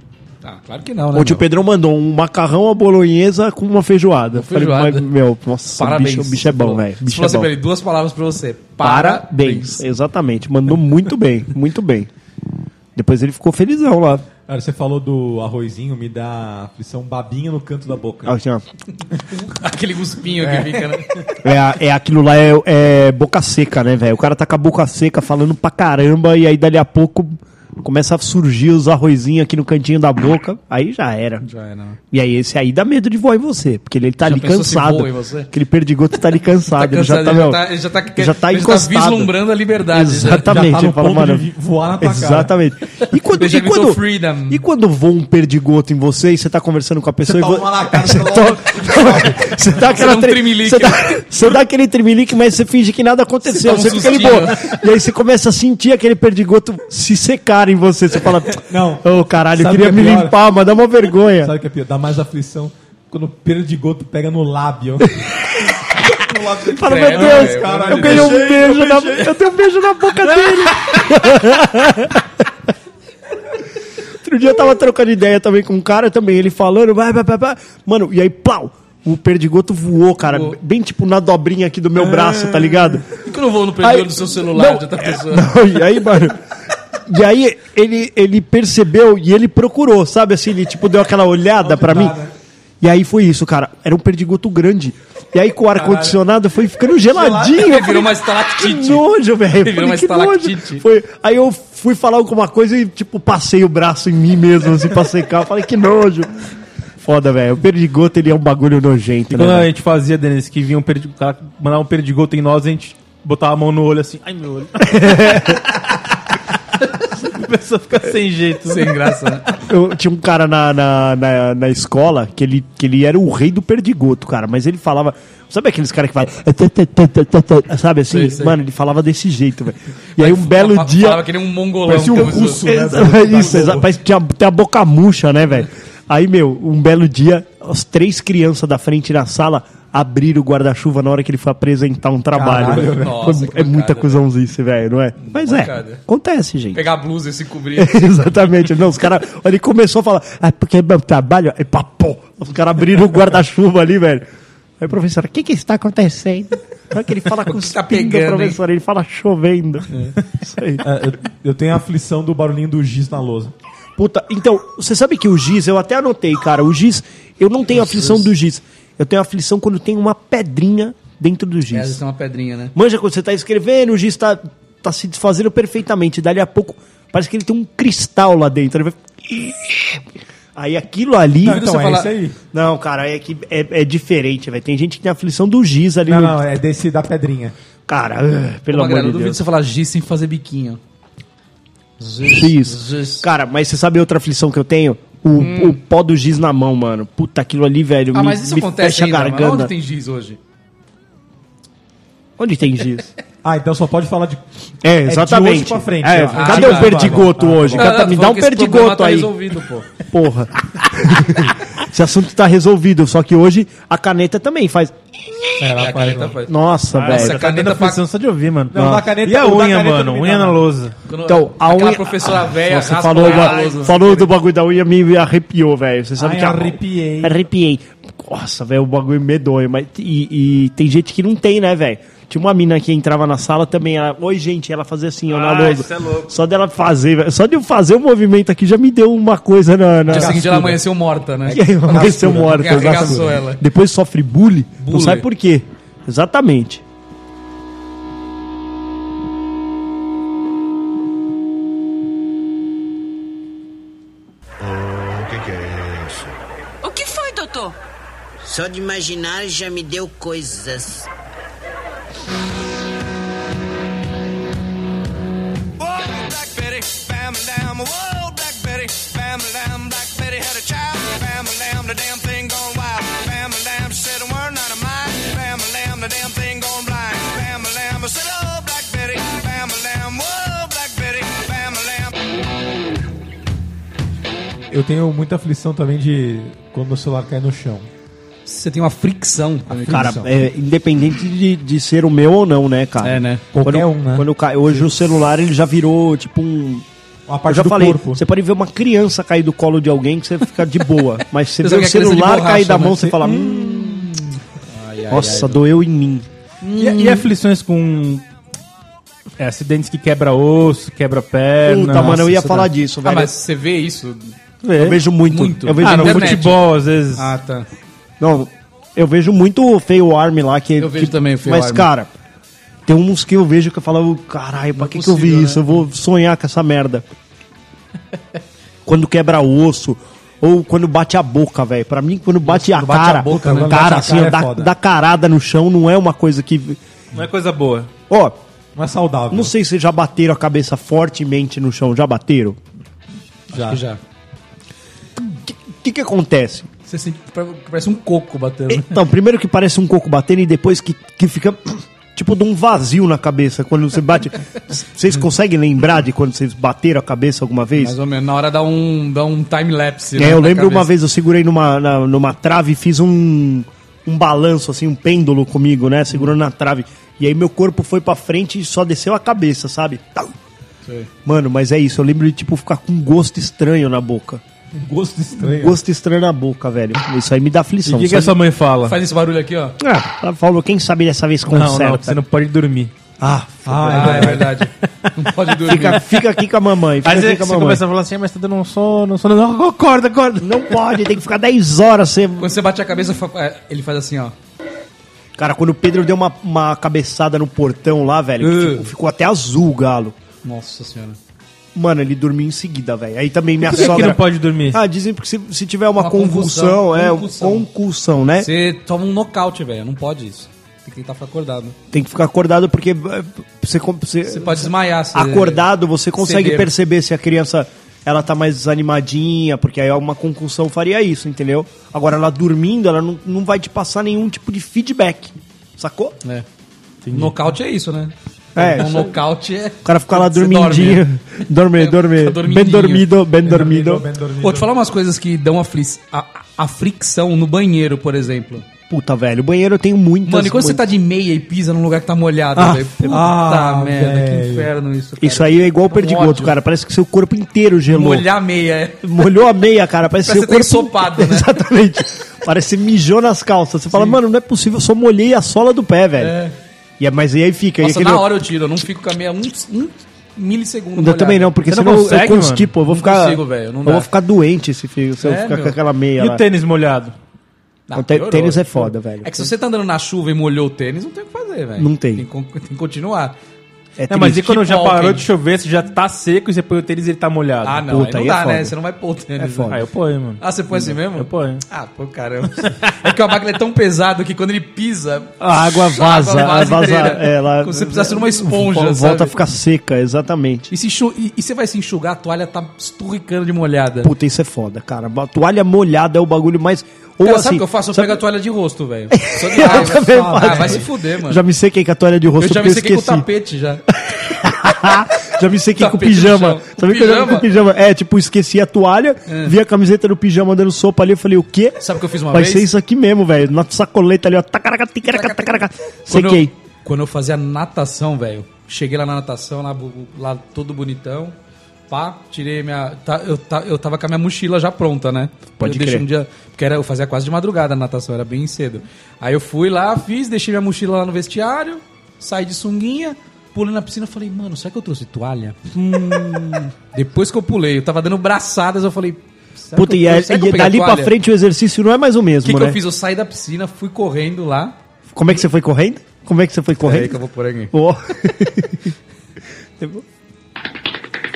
Speaker 3: Ah, claro que não, né?
Speaker 2: Ontem o
Speaker 3: meu?
Speaker 2: Pedrão mandou um macarrão à bolonhesa com uma feijoada. Falei,
Speaker 3: feijoada.
Speaker 2: mas, meu, nossa, o
Speaker 3: Parabéns.
Speaker 2: bicho, o bicho é
Speaker 3: Você
Speaker 2: bom,
Speaker 3: falou-
Speaker 2: velho.
Speaker 3: você
Speaker 2: Bicho
Speaker 3: falou
Speaker 2: é
Speaker 3: assim
Speaker 2: bom.
Speaker 3: pra ele, duas palavras pra você.
Speaker 2: Parabéns. Exatamente. Mandou muito bem. Muito bem. Depois ele ficou felizão lá.
Speaker 1: Cara, você falou do arrozinho, me dá aflição babinha no canto da boca.
Speaker 2: Assim, ó.
Speaker 3: Aquele guspinho que fica, né?
Speaker 2: É, a- é aquilo lá, é, é boca seca, né, velho? O cara tá com a boca seca falando pra caramba e aí dali a pouco começa a surgir os arrozinhos aqui no cantinho da boca. Aí já era.
Speaker 3: Já é, não.
Speaker 2: E aí esse aí dá medo de voar em você, porque ele tá
Speaker 3: Já
Speaker 2: ali
Speaker 3: pensou se
Speaker 2: cansado.
Speaker 3: voa em você?
Speaker 2: Aquele perdigoto tá ali cansado.
Speaker 3: Tá
Speaker 2: ele já
Speaker 3: cansado,
Speaker 2: tá,
Speaker 3: ele já
Speaker 2: meu,
Speaker 3: tá- ele já tá-
Speaker 2: ele já tá
Speaker 3: ele já tá
Speaker 2: encostado.
Speaker 3: vislumbrando a liberdade, né? já-
Speaker 2: Exatamente.
Speaker 1: já tá no
Speaker 2: ele fala,
Speaker 1: ponto
Speaker 2: mano,
Speaker 1: de vi- voar na tua cara.
Speaker 2: Exatamente. E quando,
Speaker 3: Ele já
Speaker 2: e,
Speaker 3: gritou
Speaker 2: quando,
Speaker 3: freedom.
Speaker 2: e quando voa um perdigoto em você e você tá conversando com a pessoa e
Speaker 1: toma
Speaker 2: vo-
Speaker 1: uma na cara,
Speaker 2: você
Speaker 1: você
Speaker 2: toma- Você dá aquela
Speaker 3: dá um
Speaker 2: tre-
Speaker 3: tremelique.
Speaker 2: você dá- Você dá aquele tremelique, mas você finge que nada aconteceu. Você,
Speaker 3: Você dá um
Speaker 2: fica ali
Speaker 3: sustinho,
Speaker 2: boa.
Speaker 3: né?
Speaker 2: E aí você começa a sentir aquele perdigoto se secar em você. Você fala,
Speaker 1: Não.
Speaker 2: ô caralho, eu
Speaker 1: Sabe
Speaker 2: queria
Speaker 1: o que
Speaker 2: me
Speaker 1: é pior?
Speaker 2: limpar, mas dá uma vergonha.
Speaker 1: Sabe o que é pior? Dá mais aflição quando o perdigoto pega no lábio.
Speaker 2: Fala,
Speaker 3: Credo,
Speaker 2: meu Deus,
Speaker 3: velho,
Speaker 1: é caralho,
Speaker 2: eu ganhei um
Speaker 1: beijei,
Speaker 2: beijo na. Eu dei um beijo na boca dele. Outro dia eu tava trocando ideia também com um cara também, ele falando, vai, vai, vai, vai. Mano, e aí, plau! O perdigoto voou, cara,
Speaker 3: Voou.
Speaker 2: bem tipo na dobrinha aqui do meu braço, tá ligado?
Speaker 3: Por que eu não vou no
Speaker 2: Aí-
Speaker 3: perdão do seu celular tá
Speaker 2: Não,
Speaker 3: de outra
Speaker 2: é,
Speaker 3: pessoa?
Speaker 2: não, e aí, mano. E aí ele, ele percebeu e ele procurou, sabe assim? Ele tipo deu aquela olhada pra mim. E aí foi isso, cara. Era um perdigoto grande. E aí com o ar-condicionado foi ficando geladinho.
Speaker 3: Ele
Speaker 2: eu
Speaker 3: virou
Speaker 2: falei,
Speaker 3: uma
Speaker 2: que
Speaker 3: estalactite.
Speaker 2: nojo, velho. Eu
Speaker 3: Ele virou
Speaker 2: falei,
Speaker 3: uma
Speaker 2: "Que nojo".
Speaker 3: estalactite.
Speaker 2: Foi, aí eu fui falar alguma coisa e, tipo, passei o braço em mim mesmo, assim, pra secar. Eu falei, que nojo. Foda, velho. O perdigoto, ele é um bagulho nojento, né?
Speaker 4: Quando a
Speaker 2: velho?
Speaker 4: gente fazia, Denis, que vinha um perdigoto, mandava um perdigoto em nós, a gente botava a mão no olho assim, ai meu olho. a pessoa fica sem jeito.
Speaker 3: Sem graça, né?
Speaker 2: Eu tinha um cara na, na, na, na escola que ele, que ele era o rei do perdigoto, cara. Mas ele falava. Sabe aqueles caras que é, vai. Sabe assim?
Speaker 3: Sei, sei.
Speaker 2: Mano, ele falava desse jeito, velho. E aí um belo
Speaker 3: Fa-
Speaker 2: dia.
Speaker 3: Falava que ele é um mongolão.
Speaker 1: Parecia um
Speaker 3: Então, isso-
Speaker 1: russo, né?
Speaker 2: Exa- Isso, exa- parece que tinha, tem a boca murcha, né, velho? Aí, meu, um belo dia, as três crianças da frente na sala abriram o guarda-chuva na hora que ele foi apresentar um trabalho.
Speaker 1: Caralho,
Speaker 2: velho.
Speaker 1: velho.
Speaker 2: Foi-
Speaker 3: Nossa, que
Speaker 2: é muita
Speaker 3: mancada, né? Hum,
Speaker 2: cuzãozinho esse, velho, não é? Mas é,
Speaker 3: Mancada.
Speaker 2: acontece, gente.
Speaker 3: Pegar a blusa e se cobrir.
Speaker 2: Exatamente. Não, os caras. Ele começou a falar, ah, porque é meu trabalho. Aí, papô, os caras abriram o guarda-chuva ali, velho. Aí, professor, o que que está acontecendo? Olha que ele fala com
Speaker 3: que tá pegando, hein?
Speaker 2: professor, ele fala chovendo. Isso aí.
Speaker 1: É, eu, eu tenho a aflição do barulhinho do giz na lousa.
Speaker 2: Puta, então, você sabe que o giz, eu até anotei, cara, o giz, eu não tenho aflição do giz. Eu tenho aflição quando tem uma pedrinha dentro do
Speaker 3: É, isso
Speaker 2: giz.
Speaker 3: é uma pedrinha, né?
Speaker 2: Manja, quando você tá escrevendo, o giz tá, tá se desfazendo perfeitamente. Dali a pouco, parece que ele tem um cristal lá dentro. Ele vai... Aí aquilo
Speaker 3: Tá
Speaker 2: ali.
Speaker 1: Não, então
Speaker 2: você
Speaker 1: é isso aí.
Speaker 2: Não, cara, é que é, é diferente, velho. Tem gente que tem aflição do giz ali
Speaker 1: Não,
Speaker 2: no.
Speaker 1: não, é desse da pedrinha.
Speaker 2: Cara, ah, pelo amor
Speaker 3: Magrelo,
Speaker 2: de
Speaker 3: eu duvido
Speaker 2: Deus.
Speaker 3: você falar giz sem fazer biquinho.
Speaker 2: Giz. Cara, mas você sabe outra aflição que eu tenho? O, o pó do giz na mão, mano. Puta, aquilo ali, velho.
Speaker 3: Hum. Ah,
Speaker 2: me-
Speaker 3: mas isso
Speaker 2: me
Speaker 3: acontece
Speaker 2: fecha
Speaker 3: ainda,
Speaker 2: a
Speaker 3: mano.
Speaker 2: garganta.
Speaker 3: Onde tem giz hoje?
Speaker 2: giz?
Speaker 1: Ah, então só pode falar de.
Speaker 2: É,
Speaker 1: de
Speaker 2: exatamente.
Speaker 1: hoje pra frente,
Speaker 2: É,
Speaker 1: ó. Ah,
Speaker 2: cadê
Speaker 3: tá,
Speaker 2: o perdigoto
Speaker 1: tá bom.
Speaker 2: hoje?
Speaker 3: Não,
Speaker 2: Cadê-
Speaker 3: não,
Speaker 2: me
Speaker 3: tô
Speaker 2: dá um
Speaker 3: falando que esse problema
Speaker 2: perdigoto
Speaker 3: tá
Speaker 2: aí.
Speaker 3: resolvido, pô.
Speaker 2: Porra. Esse assunto tá resolvido, só que hoje a caneta também faz.
Speaker 3: a caneta faz.
Speaker 2: Nossa,
Speaker 3: Essa
Speaker 2: velho.
Speaker 4: Tá dando
Speaker 3: caneta pra...
Speaker 4: aflição só de ouvir, mano.
Speaker 1: Não,
Speaker 4: Nossa.
Speaker 1: da caneta-
Speaker 4: e a
Speaker 1: o da
Speaker 4: unha,
Speaker 1: caneta
Speaker 4: mano?
Speaker 1: não me
Speaker 4: Unha
Speaker 1: dá,
Speaker 4: na
Speaker 1: não.
Speaker 4: lousa.
Speaker 3: quando-
Speaker 2: Então, a
Speaker 3: aquela
Speaker 2: unha-
Speaker 3: professora velha
Speaker 2: Você falou, agora-
Speaker 3: né?
Speaker 2: falou do bagulho da unha, me arrepiou, velho. Você sabe
Speaker 1: Ai,
Speaker 2: que a-
Speaker 1: arrepiei.
Speaker 2: Arrepiei. Nossa, velho, o bagulho medonho. Mas, e, e tem gente que não tem, né, velho? Tinha uma mina que entrava na sala também. Ela, Oi, gente, ela fazia assim, ó, na
Speaker 4: Ah,
Speaker 2: lousa.
Speaker 4: isso é louco.
Speaker 2: Só dela fazer, velho. Só de eu fazer o movimento aqui já me deu uma coisa na. na...
Speaker 3: No dia seguinte ela amanheceu morta, né?
Speaker 2: E aí, amanheceu morta.
Speaker 3: Arregaçou
Speaker 2: exatamente.
Speaker 3: ela.
Speaker 2: Depois sofre bullying, não
Speaker 3: Bullying.
Speaker 2: sabe por quê. Exatamente.
Speaker 5: O que, que é isso?
Speaker 6: O que foi, doutor?
Speaker 7: Só de imaginar já me deu coisas. "Oh,
Speaker 1: Eu tenho muita aflição também de quando meu celular cai no chão.
Speaker 3: Você tem uma fricção.
Speaker 2: Cara, é, independente de, de ser o meu ou não, né, cara?
Speaker 3: É, né?
Speaker 2: Quando,
Speaker 1: Qualquer um, né?
Speaker 2: Quando cai, hoje o celular ele já virou tipo um.
Speaker 1: Uma
Speaker 2: Eu
Speaker 1: parte
Speaker 2: já
Speaker 1: do
Speaker 2: falei,
Speaker 1: corpo.
Speaker 2: você pode ver uma criança cair do colo de alguém que você fica de boa. mas você
Speaker 3: Você
Speaker 2: vê o
Speaker 3: sabe que a criança de
Speaker 2: celular
Speaker 3: borracha,
Speaker 2: cair da
Speaker 3: né?
Speaker 2: mão, você
Speaker 3: Você-
Speaker 2: fala. "Hum, nossa, doeu em mim.
Speaker 4: E, e aflições com... é, acidentes que quebra osso, quebra perna.
Speaker 3: É,
Speaker 2: Puta, mano, eu
Speaker 4: Nossa,
Speaker 2: ia
Speaker 4: isso
Speaker 2: falar
Speaker 4: dá-
Speaker 2: disso,
Speaker 3: Ah,
Speaker 2: velho.
Speaker 3: mas você vê isso?
Speaker 2: Eu vejo muito.
Speaker 3: Muito.
Speaker 2: Eu vejo
Speaker 4: Ah, no
Speaker 2: muito.
Speaker 3: Internet. né?
Speaker 4: futebol, às vezes.
Speaker 3: Ah, tá.
Speaker 2: Não, eu vejo muito o feio arm lá que
Speaker 3: Eu vejo
Speaker 2: que-
Speaker 3: também o feio
Speaker 2: Mas
Speaker 3: arm.
Speaker 2: cara, tem uns que eu vejo que eu falo, caralho, pra que, que eu vi
Speaker 3: possível,
Speaker 2: isso? Eu vou sonhar com essa merda. quando quebra osso ou quando bate a boca, velho. Pra mim, quando bate a
Speaker 1: bate a
Speaker 2: cara,
Speaker 1: boca,
Speaker 2: cara,
Speaker 1: quando bate a
Speaker 2: assim,
Speaker 1: cara é
Speaker 2: dá,
Speaker 1: foda.
Speaker 2: dá carada no chão não é uma coisa que,
Speaker 4: Não é coisa boa.
Speaker 2: ó,
Speaker 1: Não é saudável.
Speaker 2: não sei se já bateram a cabeça fortemente no chão, já bateram.
Speaker 1: Já.
Speaker 3: Já.
Speaker 2: O que que acontece?
Speaker 3: Você sente que parece um coco batendo.
Speaker 2: Então, primeiro que parece um coco batendo e depois que, que fica tipo de um vazio na cabeça quando você bate. Vocês conseguem lembrar de quando vocês bateram a cabeça alguma
Speaker 3: Mais
Speaker 2: vez?
Speaker 3: ou menos. Na hora dá um, dá um time-lapse. né,
Speaker 2: É, eu
Speaker 3: na
Speaker 2: lembro uma
Speaker 3: cabeça.
Speaker 2: vez eu segurei numa, na- numa trave e fiz um, um balanço, assim, um pêndulo comigo, né? Segurando na trave. E aí meu corpo foi pra frente e só desceu a cabeça, sabe? Tau.
Speaker 3: Sei.
Speaker 2: Mano, mas é isso. Eu lembro de, tipo, ficar com um gosto estranho na boca.
Speaker 1: Um gosto estranho.
Speaker 2: Gosto estranho na boca, velho. Isso aí me dá
Speaker 4: E
Speaker 2: aflição.
Speaker 4: o que, que
Speaker 2: Sabe-
Speaker 4: a sua mãe fala?
Speaker 3: Faz esse barulho aqui, ó.
Speaker 2: Ah, ela falou, quem sabe dessa vez
Speaker 4: Não,
Speaker 2: conserta.
Speaker 4: não, você não pode dormir.
Speaker 2: Ah,
Speaker 1: Ah,
Speaker 3: Ah, é verdade. Não pode dormir.
Speaker 2: Fica, fica aqui com a mamãe. Fica
Speaker 4: Aí
Speaker 2: aqui
Speaker 4: você,
Speaker 2: com a
Speaker 4: você
Speaker 2: mamãe.
Speaker 4: começa a falar assim, "Ah, mas tá dando um sono, um sono. Não, acorda, acorda.
Speaker 2: Não pode, tem que ficar 10 horas. Você...
Speaker 3: Quando você bate a cabeça, fa- é, ele faz assim, ó.
Speaker 2: Cara, quando o Pedro deu uma, uma cabeçada no portão lá, velho, que
Speaker 4: É.
Speaker 3: Uh.
Speaker 2: ficou, ficou até azul o galo.
Speaker 3: Nossa senhora.
Speaker 2: Mano, ele dormiu em seguida, velho. Aí também minha
Speaker 4: Por que, que
Speaker 2: sogra.
Speaker 4: não pode dormir?
Speaker 2: Ah, dizem porque se, se tiver uma,
Speaker 3: Uma
Speaker 2: convulsão,
Speaker 3: convulsão,
Speaker 2: é,
Speaker 3: concussão.
Speaker 2: concussão, né?
Speaker 3: Você toma um nocaute, velho. Não pode isso. Tem que tentar ficar acordado.
Speaker 2: Tem que ficar acordado porque eh, você, com- você,
Speaker 3: Você pode desmaiar. se-
Speaker 2: acordado, você consegue
Speaker 3: Cedeiro.
Speaker 2: perceber se a criança ela tá mais desanimadinha, porque aí alguma concussão faria isso, entendeu? Agora ela dormindo, ela não, não vai te passar nenhum tipo de feedback. Sacou?
Speaker 3: É. Nocaute é isso, né?
Speaker 2: É,
Speaker 3: Um
Speaker 2: isso-
Speaker 3: nocaute é.
Speaker 2: O cara fica lá
Speaker 3: Você né?
Speaker 2: dormidinho. Dorme, dorme. bem
Speaker 3: dormidinho.
Speaker 2: dormido, bem dormido.
Speaker 3: Vou te falar umas coisas que dão a, fris- a- a fricção no banheiro, por exemplo.
Speaker 2: Puta, velho, o banheiro eu tenho muitas.
Speaker 3: Mano, e quando você
Speaker 2: muitas-
Speaker 3: tá de meia e pisa num lugar que tá molhado,
Speaker 2: Ah,
Speaker 3: velho? Puta
Speaker 1: ah,
Speaker 3: merda,
Speaker 1: velho.
Speaker 3: que inferno isso, cara.
Speaker 2: Isso aí é igual o
Speaker 3: Dá um
Speaker 2: perdigoto,
Speaker 3: ódio.
Speaker 2: cara. Parece que seu corpo inteiro gelou.
Speaker 3: Molhar a meia, é.
Speaker 2: Molhou a meia, cara. Parece,
Speaker 3: Parece
Speaker 2: seu
Speaker 3: que você
Speaker 2: corpo...
Speaker 3: tá ensopado, né?
Speaker 2: Exatamente. Parece que mijou nas calças. Você fala, mano, não é possível, eu só molhei a sola do pé, velho.
Speaker 3: É.
Speaker 2: E é, mas aí fica.
Speaker 3: Nossa,
Speaker 2: e aquele-
Speaker 3: na hora eu tiro, eu não fico com a meia um, um milissegundo.
Speaker 2: Eu também
Speaker 3: molhada.
Speaker 2: não, porque
Speaker 4: Você não
Speaker 2: senão eu- eu
Speaker 4: consegue,
Speaker 2: constipo, eu vou
Speaker 3: Não
Speaker 2: ficar.
Speaker 3: consigo, velho, não
Speaker 2: eu
Speaker 3: dá.
Speaker 2: vou ficar doente se, fi- se eu
Speaker 3: É,
Speaker 2: ficar com
Speaker 3: meu.
Speaker 2: aquela meia
Speaker 4: E
Speaker 2: lá.
Speaker 4: o tênis molhado?
Speaker 3: Ah,
Speaker 2: Não, tê-
Speaker 3: piorou.
Speaker 2: tênis é foda, velho.
Speaker 3: É que se você tá andando na chuva e molhou o tênis, não tem o que fazer, velho.
Speaker 2: Não tem.
Speaker 3: Tem que con- tem que continuar.
Speaker 2: É
Speaker 4: Não, mas e
Speaker 2: triste.
Speaker 4: quando já
Speaker 3: Tipo
Speaker 4: parou
Speaker 3: Alckmin.
Speaker 4: de chover, você já tá seco e você põe o tênis e ele tá molhado?
Speaker 3: Ah, não,
Speaker 2: Puta,
Speaker 3: aí
Speaker 2: aí
Speaker 3: não
Speaker 2: é
Speaker 3: dá, né?
Speaker 2: foda. É
Speaker 3: Você não vai pôr o tênis. né?
Speaker 4: Ah, eu ponho, mano.
Speaker 3: Ah, você põe assim mesmo?
Speaker 4: Eu ponho.
Speaker 3: Ah, pô, caramba. é que a máquina é tão pesada que quando ele pisa.
Speaker 2: A água vaza, a vaza,
Speaker 3: inteira.
Speaker 2: é, ela-
Speaker 3: Como se precisasse de uma esponja.
Speaker 2: Volta
Speaker 3: sabe?
Speaker 2: a ficar seca, exatamente.
Speaker 3: E, se enxu- e- e você vai se enxugar, a toalha tá esturricando de molhada.
Speaker 2: Puta, isso é foda, cara. A toalha molhada é o bagulho mais. Ou
Speaker 3: Cara,
Speaker 2: assim,
Speaker 3: Então, sabe o que eu faço? Eu
Speaker 2: sabe-
Speaker 3: pego a toalha de rosto, velho. Só de
Speaker 2: Eu
Speaker 3: raiva.
Speaker 2: também
Speaker 3: Ah,
Speaker 2: faço.
Speaker 3: vai se fuder, mano.
Speaker 2: Já me sequei com a toalha de rosto,
Speaker 3: eu já
Speaker 2: porque
Speaker 3: me
Speaker 2: eu
Speaker 3: sequei com o
Speaker 2: esqueci.
Speaker 3: tapete já.
Speaker 2: já me sequei com o
Speaker 3: tapete no
Speaker 2: pijama.
Speaker 3: chão. Com
Speaker 2: Sabe que eu já me com o pijama? É, tipo, esqueci a toalha, vi a camiseta do pijama dando sopa ali, eu falei, o quê?
Speaker 3: Sabe o que eu fiz uma
Speaker 2: Vai
Speaker 3: vez?
Speaker 2: ser isso aqui mesmo, velho. Na sacoleta ali, ó. Tacaraca, ticaraca, tacaraca.
Speaker 3: Quando
Speaker 2: Sequei.
Speaker 3: Eu, quando eu fazia natação, velho. Cheguei lá na natação, lá, bu- lá todo bonitão. Pá, tirei minha. tá- eu, ta- eu tava com a minha mochila já pronta, né?
Speaker 2: Pode
Speaker 3: eu deixei
Speaker 2: crer.
Speaker 3: Um dia, porque era, eu fazia quase de madrugada a natação, era bem cedo. Aí eu fui lá, fiz, deixei minha mochila lá no vestiário, saí de sunguinha, pulei na piscina falei, mano, será que eu trouxe toalha? Hum. Depois que eu pulei, eu tava dando braçadas, eu falei. será
Speaker 2: Puta,
Speaker 3: que eu-
Speaker 2: e, é-
Speaker 3: será que eu
Speaker 2: e
Speaker 3: peguei a
Speaker 2: dali pra
Speaker 3: toalha?
Speaker 2: frente o exercício não é mais o
Speaker 3: O que,
Speaker 2: mesmo,
Speaker 3: que
Speaker 2: né?
Speaker 3: eu fiz? Eu saí da piscina, fui correndo lá.
Speaker 2: Como é que você foi correndo? Como é que você foi
Speaker 3: Peraí que eu
Speaker 2: correndo?
Speaker 3: vou por aqui.
Speaker 2: Ó.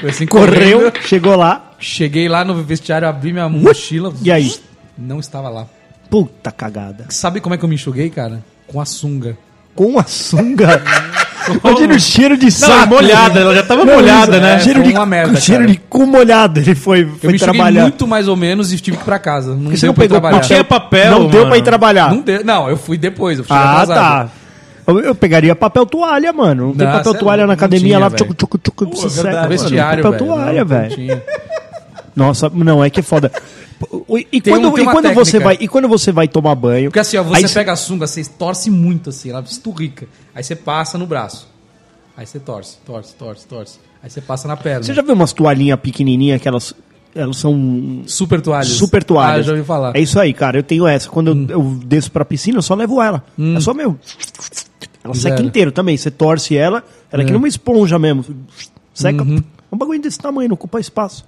Speaker 3: Fui assim,
Speaker 2: Correu, chegou lá.
Speaker 3: Cheguei lá no vestiário, abri minha mochila.
Speaker 2: Uhum. E aí?
Speaker 3: Não estava lá.
Speaker 2: Puta cagada.
Speaker 3: Sabe como é que eu me enxuguei, cara? Com a sunga.
Speaker 2: Com a sunga. Imagina o cheiro de
Speaker 4: Não,
Speaker 2: saco.
Speaker 4: molhada, ela já tava molhada,
Speaker 2: isso- é,
Speaker 4: né?
Speaker 2: Cheiro,
Speaker 3: foi
Speaker 2: de,
Speaker 3: é uma merda,
Speaker 2: cheiro
Speaker 3: cara.
Speaker 2: de cu molhado. Ele foi,
Speaker 3: Eu
Speaker 2: foi
Speaker 3: me enxuguei
Speaker 2: trabalhar.
Speaker 3: muito mais ou menos e tive que ir pra casa. Não
Speaker 2: Por que
Speaker 3: deu pra ir trabalhar.
Speaker 2: não tinha papel. Não deu
Speaker 4: mano.
Speaker 2: pra ir trabalhar.
Speaker 3: Não, deu- não, eu fui depois. Eu fui
Speaker 2: ah,
Speaker 3: atrasado.
Speaker 2: tá. Eu, eu pegaria papel toalha, mano. Não tem
Speaker 3: Não,
Speaker 2: papel
Speaker 3: cê é
Speaker 2: toalha na
Speaker 3: não- não
Speaker 2: academia
Speaker 3: tinha,
Speaker 2: lá.
Speaker 3: velho.
Speaker 2: Tchucu, tchucu, tchucu,
Speaker 3: No
Speaker 2: você seca, mano.
Speaker 3: vestiário,
Speaker 2: Papel
Speaker 3: velho.
Speaker 2: toalha,
Speaker 3: Não, não
Speaker 2: velho.
Speaker 3: tinha.
Speaker 2: Nossa, não, é que é foda. E, e
Speaker 3: Tem um-
Speaker 2: quando,
Speaker 3: tem
Speaker 2: e
Speaker 3: uma
Speaker 2: quando você
Speaker 3: técnica.
Speaker 2: vai, e quando você vai tomar banho?
Speaker 3: Porque assim, ó,
Speaker 2: aí
Speaker 3: você
Speaker 2: cê-
Speaker 3: pega a sunga, você torce muito assim, ela esturrica. Aí você passa no braço. Aí você torce, torce, torce, torce. Aí você passa na perna.
Speaker 2: Você já viu umas toalhinhas pequenininhas que elas, elas são
Speaker 3: Super toalhas.
Speaker 2: super toalhas?
Speaker 3: Ah, eu já ouvi falar. Hum.
Speaker 2: É isso aí, cara. Eu tenho essa. Quando eu- eu, desço pra piscina, eu só levo ela. É só meu. Ela
Speaker 3: Zero.
Speaker 2: seca inteiro também. Você torce ela, ela é que nem uma esponja mesmo. Seca.
Speaker 3: Uhum.
Speaker 2: É um bagulho desse tamanho, não ocupa espaço.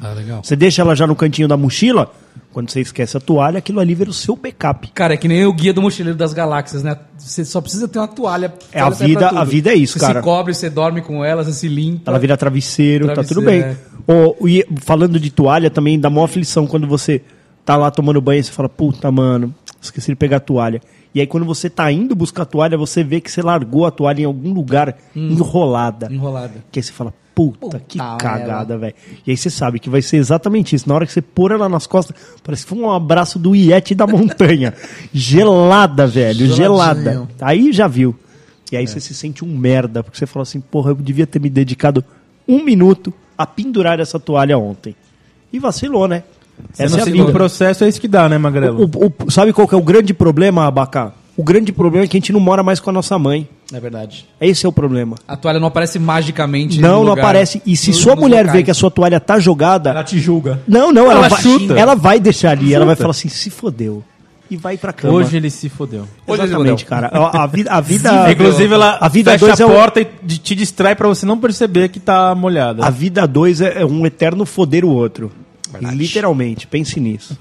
Speaker 3: Ah, legal.
Speaker 2: Você deixa ela já no cantinho da mochila, quando você esquece a toalha, aquilo ali vira o seu backup.
Speaker 3: Cara, é que nem o guia do mochileiro das galáxias, né? Você só precisa ter uma toalha.
Speaker 2: É, a
Speaker 3: Toalha serve
Speaker 2: vida-
Speaker 3: pra tudo.
Speaker 2: a vida é isso,
Speaker 3: você
Speaker 2: cara.
Speaker 3: se cobre, você dorme com ela, você se limpa.
Speaker 2: Ela vira travesseiro, tá tudo bem.
Speaker 3: Travesseiro,
Speaker 2: Ou, e falando de toalha, também dá maior aflição quando você tá lá tomando banho e você fala, puta, mano, esqueci de pegar a toalha. E aí quando você tá indo buscar a toalha, você vê que você largou a toalha em algum lugar enrolada.
Speaker 3: enrolada.
Speaker 2: Que aí você fala, puta, que
Speaker 3: Puta
Speaker 2: cagada, velho. E aí você sabe que vai ser exatamente isso. Na hora que você pôr ela nas costas, parece que foi um abraço do iete da montanha. gelada, velho, gelada. Aí já viu. E aí você se sente um merda, porque você fala assim, porra, eu devia ter me dedicado um minuto a pendurar essa toalha ontem. E vacilou, né? Essa é a
Speaker 4: Assim, o
Speaker 2: vida.
Speaker 4: processo é isso que dá, né, Magrelo?
Speaker 2: O- o- sabe qual que é o grande problema, Abacá? O grande problema é que a gente não mora mais com a nossa mãe.
Speaker 3: É verdade.
Speaker 2: Esse é o problema.
Speaker 3: A toalha não aparece magicamente. no
Speaker 2: Não, não
Speaker 3: lugar.
Speaker 2: aparece. E se
Speaker 3: Nos-
Speaker 2: sua
Speaker 3: nos
Speaker 2: mulher
Speaker 3: locais.
Speaker 2: vê que a sua toalha tá jogada,
Speaker 1: Ela te julga.
Speaker 2: não, não, ela,
Speaker 4: Ela
Speaker 2: vai,
Speaker 4: chuta.
Speaker 2: ela vai deixar ali, ela vai falar assim, se fodeu. E vai pra cama.
Speaker 4: Hoje ele se fodeu.
Speaker 3: Hoje ele
Speaker 2: Exatamente,
Speaker 3: fodeu.
Speaker 2: cara. A, a vida, a vida
Speaker 4: Inclusive, ela
Speaker 2: a vida
Speaker 4: fecha
Speaker 2: dois
Speaker 4: a
Speaker 2: é um-
Speaker 4: porta e de- te distrai pra você não perceber que tá molhada.
Speaker 2: a vida dois é é um eterno foder o outro. Literalmente, pense nisso.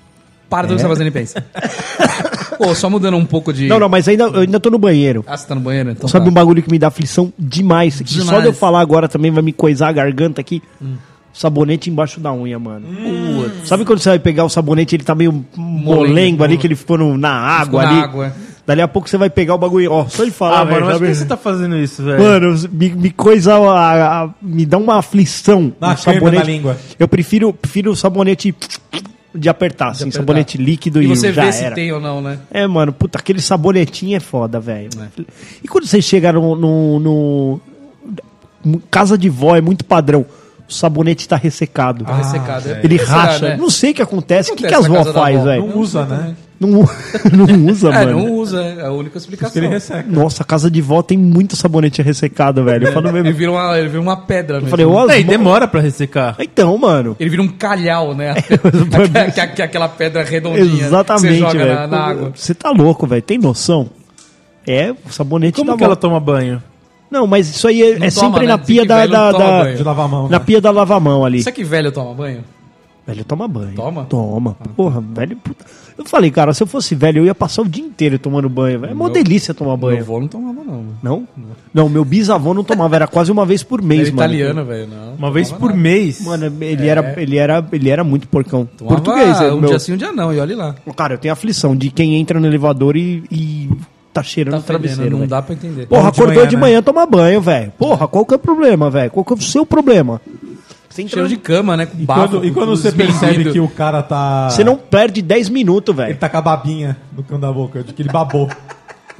Speaker 3: Para do que você tá fazendo e pensa. Pô, só mudando um pouco de.
Speaker 2: É. Não, não, mas ainda, eu ainda tô no banheiro.
Speaker 3: Ah, você tá no banheiro, então.
Speaker 2: Sabe
Speaker 3: tá.
Speaker 2: um bagulho que me dá aflição demais? Que Só
Speaker 3: Demais.
Speaker 2: de eu falar agora também vai me coisar a garganta aqui. Sabonete embaixo da unha, mano. Putz. Sabe quando você vai pegar o sabonete, ele tá meio molengo ali, que ele ficou no- na água
Speaker 3: na
Speaker 2: ali.
Speaker 3: água.
Speaker 2: Dali a pouco você vai pegar o bagulho, ó, só de falar,
Speaker 4: Ah,
Speaker 2: velho,
Speaker 4: mano, mas por
Speaker 2: sabe?
Speaker 4: que você tá fazendo isso, velho?
Speaker 2: Mano, me, me coisa. a- a- me dá uma aflição.
Speaker 1: Dá
Speaker 2: um
Speaker 1: uma cãibra na língua.
Speaker 2: Eu prefiro, prefiro o sabonete de apertar, assim,
Speaker 3: apertar.
Speaker 2: sabonete líquido
Speaker 3: E
Speaker 2: e,
Speaker 3: você
Speaker 2: já
Speaker 3: vê
Speaker 2: era.
Speaker 3: se tem ou não, né?
Speaker 2: É, mano, puta, aquele sabonetinho é foda, velho.
Speaker 3: É.
Speaker 2: E quando vocês chegaram no, no- no- Casa de vó é muito padrão. O sabonete tá ressecado.
Speaker 3: Tá ressecado. é.
Speaker 2: Ele
Speaker 3: Será,
Speaker 2: racha.
Speaker 3: né?
Speaker 2: Não sei o que acontece. O que,
Speaker 3: Acontece
Speaker 2: que as
Speaker 3: na
Speaker 2: vó
Speaker 3: casa da
Speaker 2: faz,
Speaker 3: vó.
Speaker 2: velho?
Speaker 1: Não usa, né?
Speaker 2: Não, não usa,
Speaker 3: É,
Speaker 2: mano.
Speaker 3: não usa, é a única
Speaker 1: Porque
Speaker 3: explicação.
Speaker 1: ele resseca.
Speaker 2: Nossa, a casa de vó tem muito sabonete ressecado, velho. Eu falo
Speaker 3: Ele
Speaker 2: mesmo.
Speaker 3: vira uma, ele vira uma pedra
Speaker 2: Eu
Speaker 3: mesmo.
Speaker 2: falei, ó, as
Speaker 4: É, e
Speaker 2: mó-
Speaker 4: demora pra ressecar.
Speaker 2: Então, mano.
Speaker 3: Ele vira um calhau,
Speaker 2: É,
Speaker 3: né? Aquela- que- que- Aquela pedra redondinha um que você
Speaker 2: Exatamente,
Speaker 3: joga na,
Speaker 2: velho.
Speaker 3: na água.
Speaker 2: Você tá louco, velho. Tem noção? É, o sabonete
Speaker 4: Como
Speaker 2: da
Speaker 4: que
Speaker 2: vó.
Speaker 4: ela toma banho?
Speaker 2: Não, mas isso aí é,
Speaker 3: Não
Speaker 2: é
Speaker 3: toma,
Speaker 2: sempre
Speaker 3: né?
Speaker 2: na pia
Speaker 3: Diz que
Speaker 2: da,
Speaker 3: velho não
Speaker 2: da,
Speaker 3: toma
Speaker 2: da-
Speaker 3: banho.
Speaker 1: De lavar a mão.
Speaker 2: na
Speaker 1: né?
Speaker 2: pia da lava-mão ali.
Speaker 3: Será que velho toma banho?
Speaker 2: Velho, toma banho.
Speaker 3: Toma? Ah.
Speaker 2: Toma. Porra, velho, puta. Eu falei, cara, se eu fosse velho, eu ia passar o dia inteiro tomando banho. velho. É uma delícia tomar
Speaker 3: Meu
Speaker 2: banho.
Speaker 3: avô não tomava, não. mano.
Speaker 2: Não? Não, meu bisavô não tomava, era quase uma vez por mês,
Speaker 3: Era
Speaker 2: mano.
Speaker 3: italiano, velho, não.
Speaker 4: Uma vez por um mês.
Speaker 2: Mano, ele, era, ele, era, ele era muito porcão.
Speaker 3: Tomava
Speaker 2: Português, é,
Speaker 3: um
Speaker 2: meu.
Speaker 3: dia sim, um dia não, e olha lá.
Speaker 2: Cara, eu tenho aflição de quem entra no elevador e, e tá cheirando
Speaker 3: Tá
Speaker 2: o
Speaker 3: fedendo,
Speaker 2: travesseiro.
Speaker 3: não
Speaker 2: velho.
Speaker 3: dá pra entender.
Speaker 2: Porra,
Speaker 4: Logo de
Speaker 2: acordou
Speaker 4: manhã,
Speaker 2: de
Speaker 4: né?
Speaker 2: manhã, toma banho, velho. Porra, qual que é o problema, velho? Qual que é o seu problema? Você entra
Speaker 3: Cheiro de cama, né? Com
Speaker 1: E
Speaker 3: bafo,
Speaker 1: quando, e
Speaker 3: com
Speaker 1: quando você
Speaker 3: esmirilho.
Speaker 1: percebe que o cara tá.
Speaker 2: Você não perde 10 minutos, velho.
Speaker 1: Ele tá com a babinha no canto da boca, de que ele babou.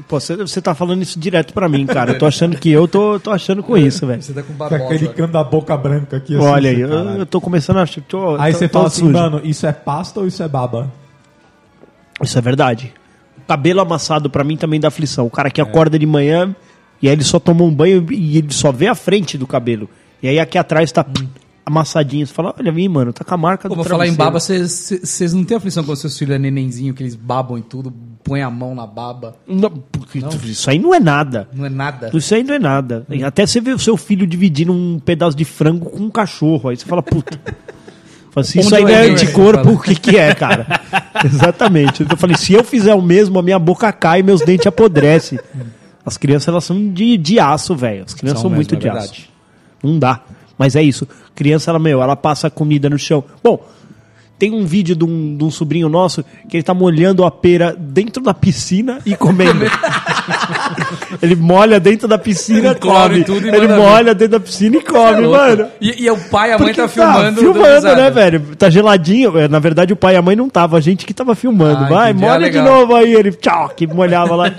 Speaker 2: Pô, você, você tá falando isso direto pra mim, cara. Eu tô achando que eu tô, tô achando com isso, velho.
Speaker 3: Você tá com
Speaker 1: com aquele
Speaker 3: babosa.
Speaker 1: canto da boca branca aqui. assim,
Speaker 2: Olha aí, eu,
Speaker 1: caralho.
Speaker 2: eu tô começando a achar. tô-
Speaker 1: Aí
Speaker 2: tô-
Speaker 1: você
Speaker 2: tô
Speaker 1: fala assim,
Speaker 2: sujo.
Speaker 1: mano, isso é pasta ou isso é baba?
Speaker 2: Isso é verdade. Cabelo amassado pra mim também dá aflição. O cara que acorda de manhã e aí ele só toma um banho e ele só vê a frente do cabelo. E aí aqui atrás tá amassadinho. Você fala, olha, mim, mano, tá com a marca
Speaker 3: Pô,
Speaker 2: do
Speaker 3: vou falar em
Speaker 2: travesseiro.
Speaker 3: baba, vocês não têm aflição quando seus filhos é nenenzinho, que eles babam e tudo, põem a mão na baba.
Speaker 2: Não, porque Isso aí não é nada.
Speaker 3: Não é nada. Hum.
Speaker 2: Isso aí não é nada. Até você vê o seu filho dividindo um pedaço de frango com um cachorro. Aí você fala, puta. Fala, se isso
Speaker 3: Onde
Speaker 2: aí
Speaker 3: eu
Speaker 2: não é
Speaker 3: errei, você
Speaker 2: anticorpo,
Speaker 3: fala.
Speaker 2: o que, que é, cara? Exatamente. Eu falei, se eu fizer o mesmo, a minha boca cai e meus dentes apodrecem. As crianças, elas são de, de aço, velho. As crianças
Speaker 3: Hum.
Speaker 2: são,
Speaker 3: São mesmo,
Speaker 2: muito
Speaker 3: é
Speaker 2: de aço.
Speaker 3: verdade.
Speaker 2: Não dá. Mas é isso. Criança, ela, meu, ela passa comida no chão. Bom, tem um vídeo de um, de um sobrinho nosso que ele tá molhando a pera dentro da piscina e comendo. ele molha dentro da piscina
Speaker 3: Com
Speaker 2: e
Speaker 3: cloro e
Speaker 2: come.
Speaker 3: tudo e
Speaker 2: ele
Speaker 3: manda Tá
Speaker 2: molha dentro da piscina e come,
Speaker 3: Louco.
Speaker 2: mano.
Speaker 3: E, e é o pai e a mãe
Speaker 2: Porque
Speaker 3: tá filmando. dando
Speaker 2: filmando,
Speaker 3: risada.
Speaker 2: né, velho? Tá geladinho. É, Na verdade, o pai e a mãe não tava, a gente que tava filmando.
Speaker 3: Ah,
Speaker 2: Vai,
Speaker 3: entendi. Ah,
Speaker 2: molha de
Speaker 3: legal.
Speaker 2: novo aí. Ele, tchau, que molhava lá.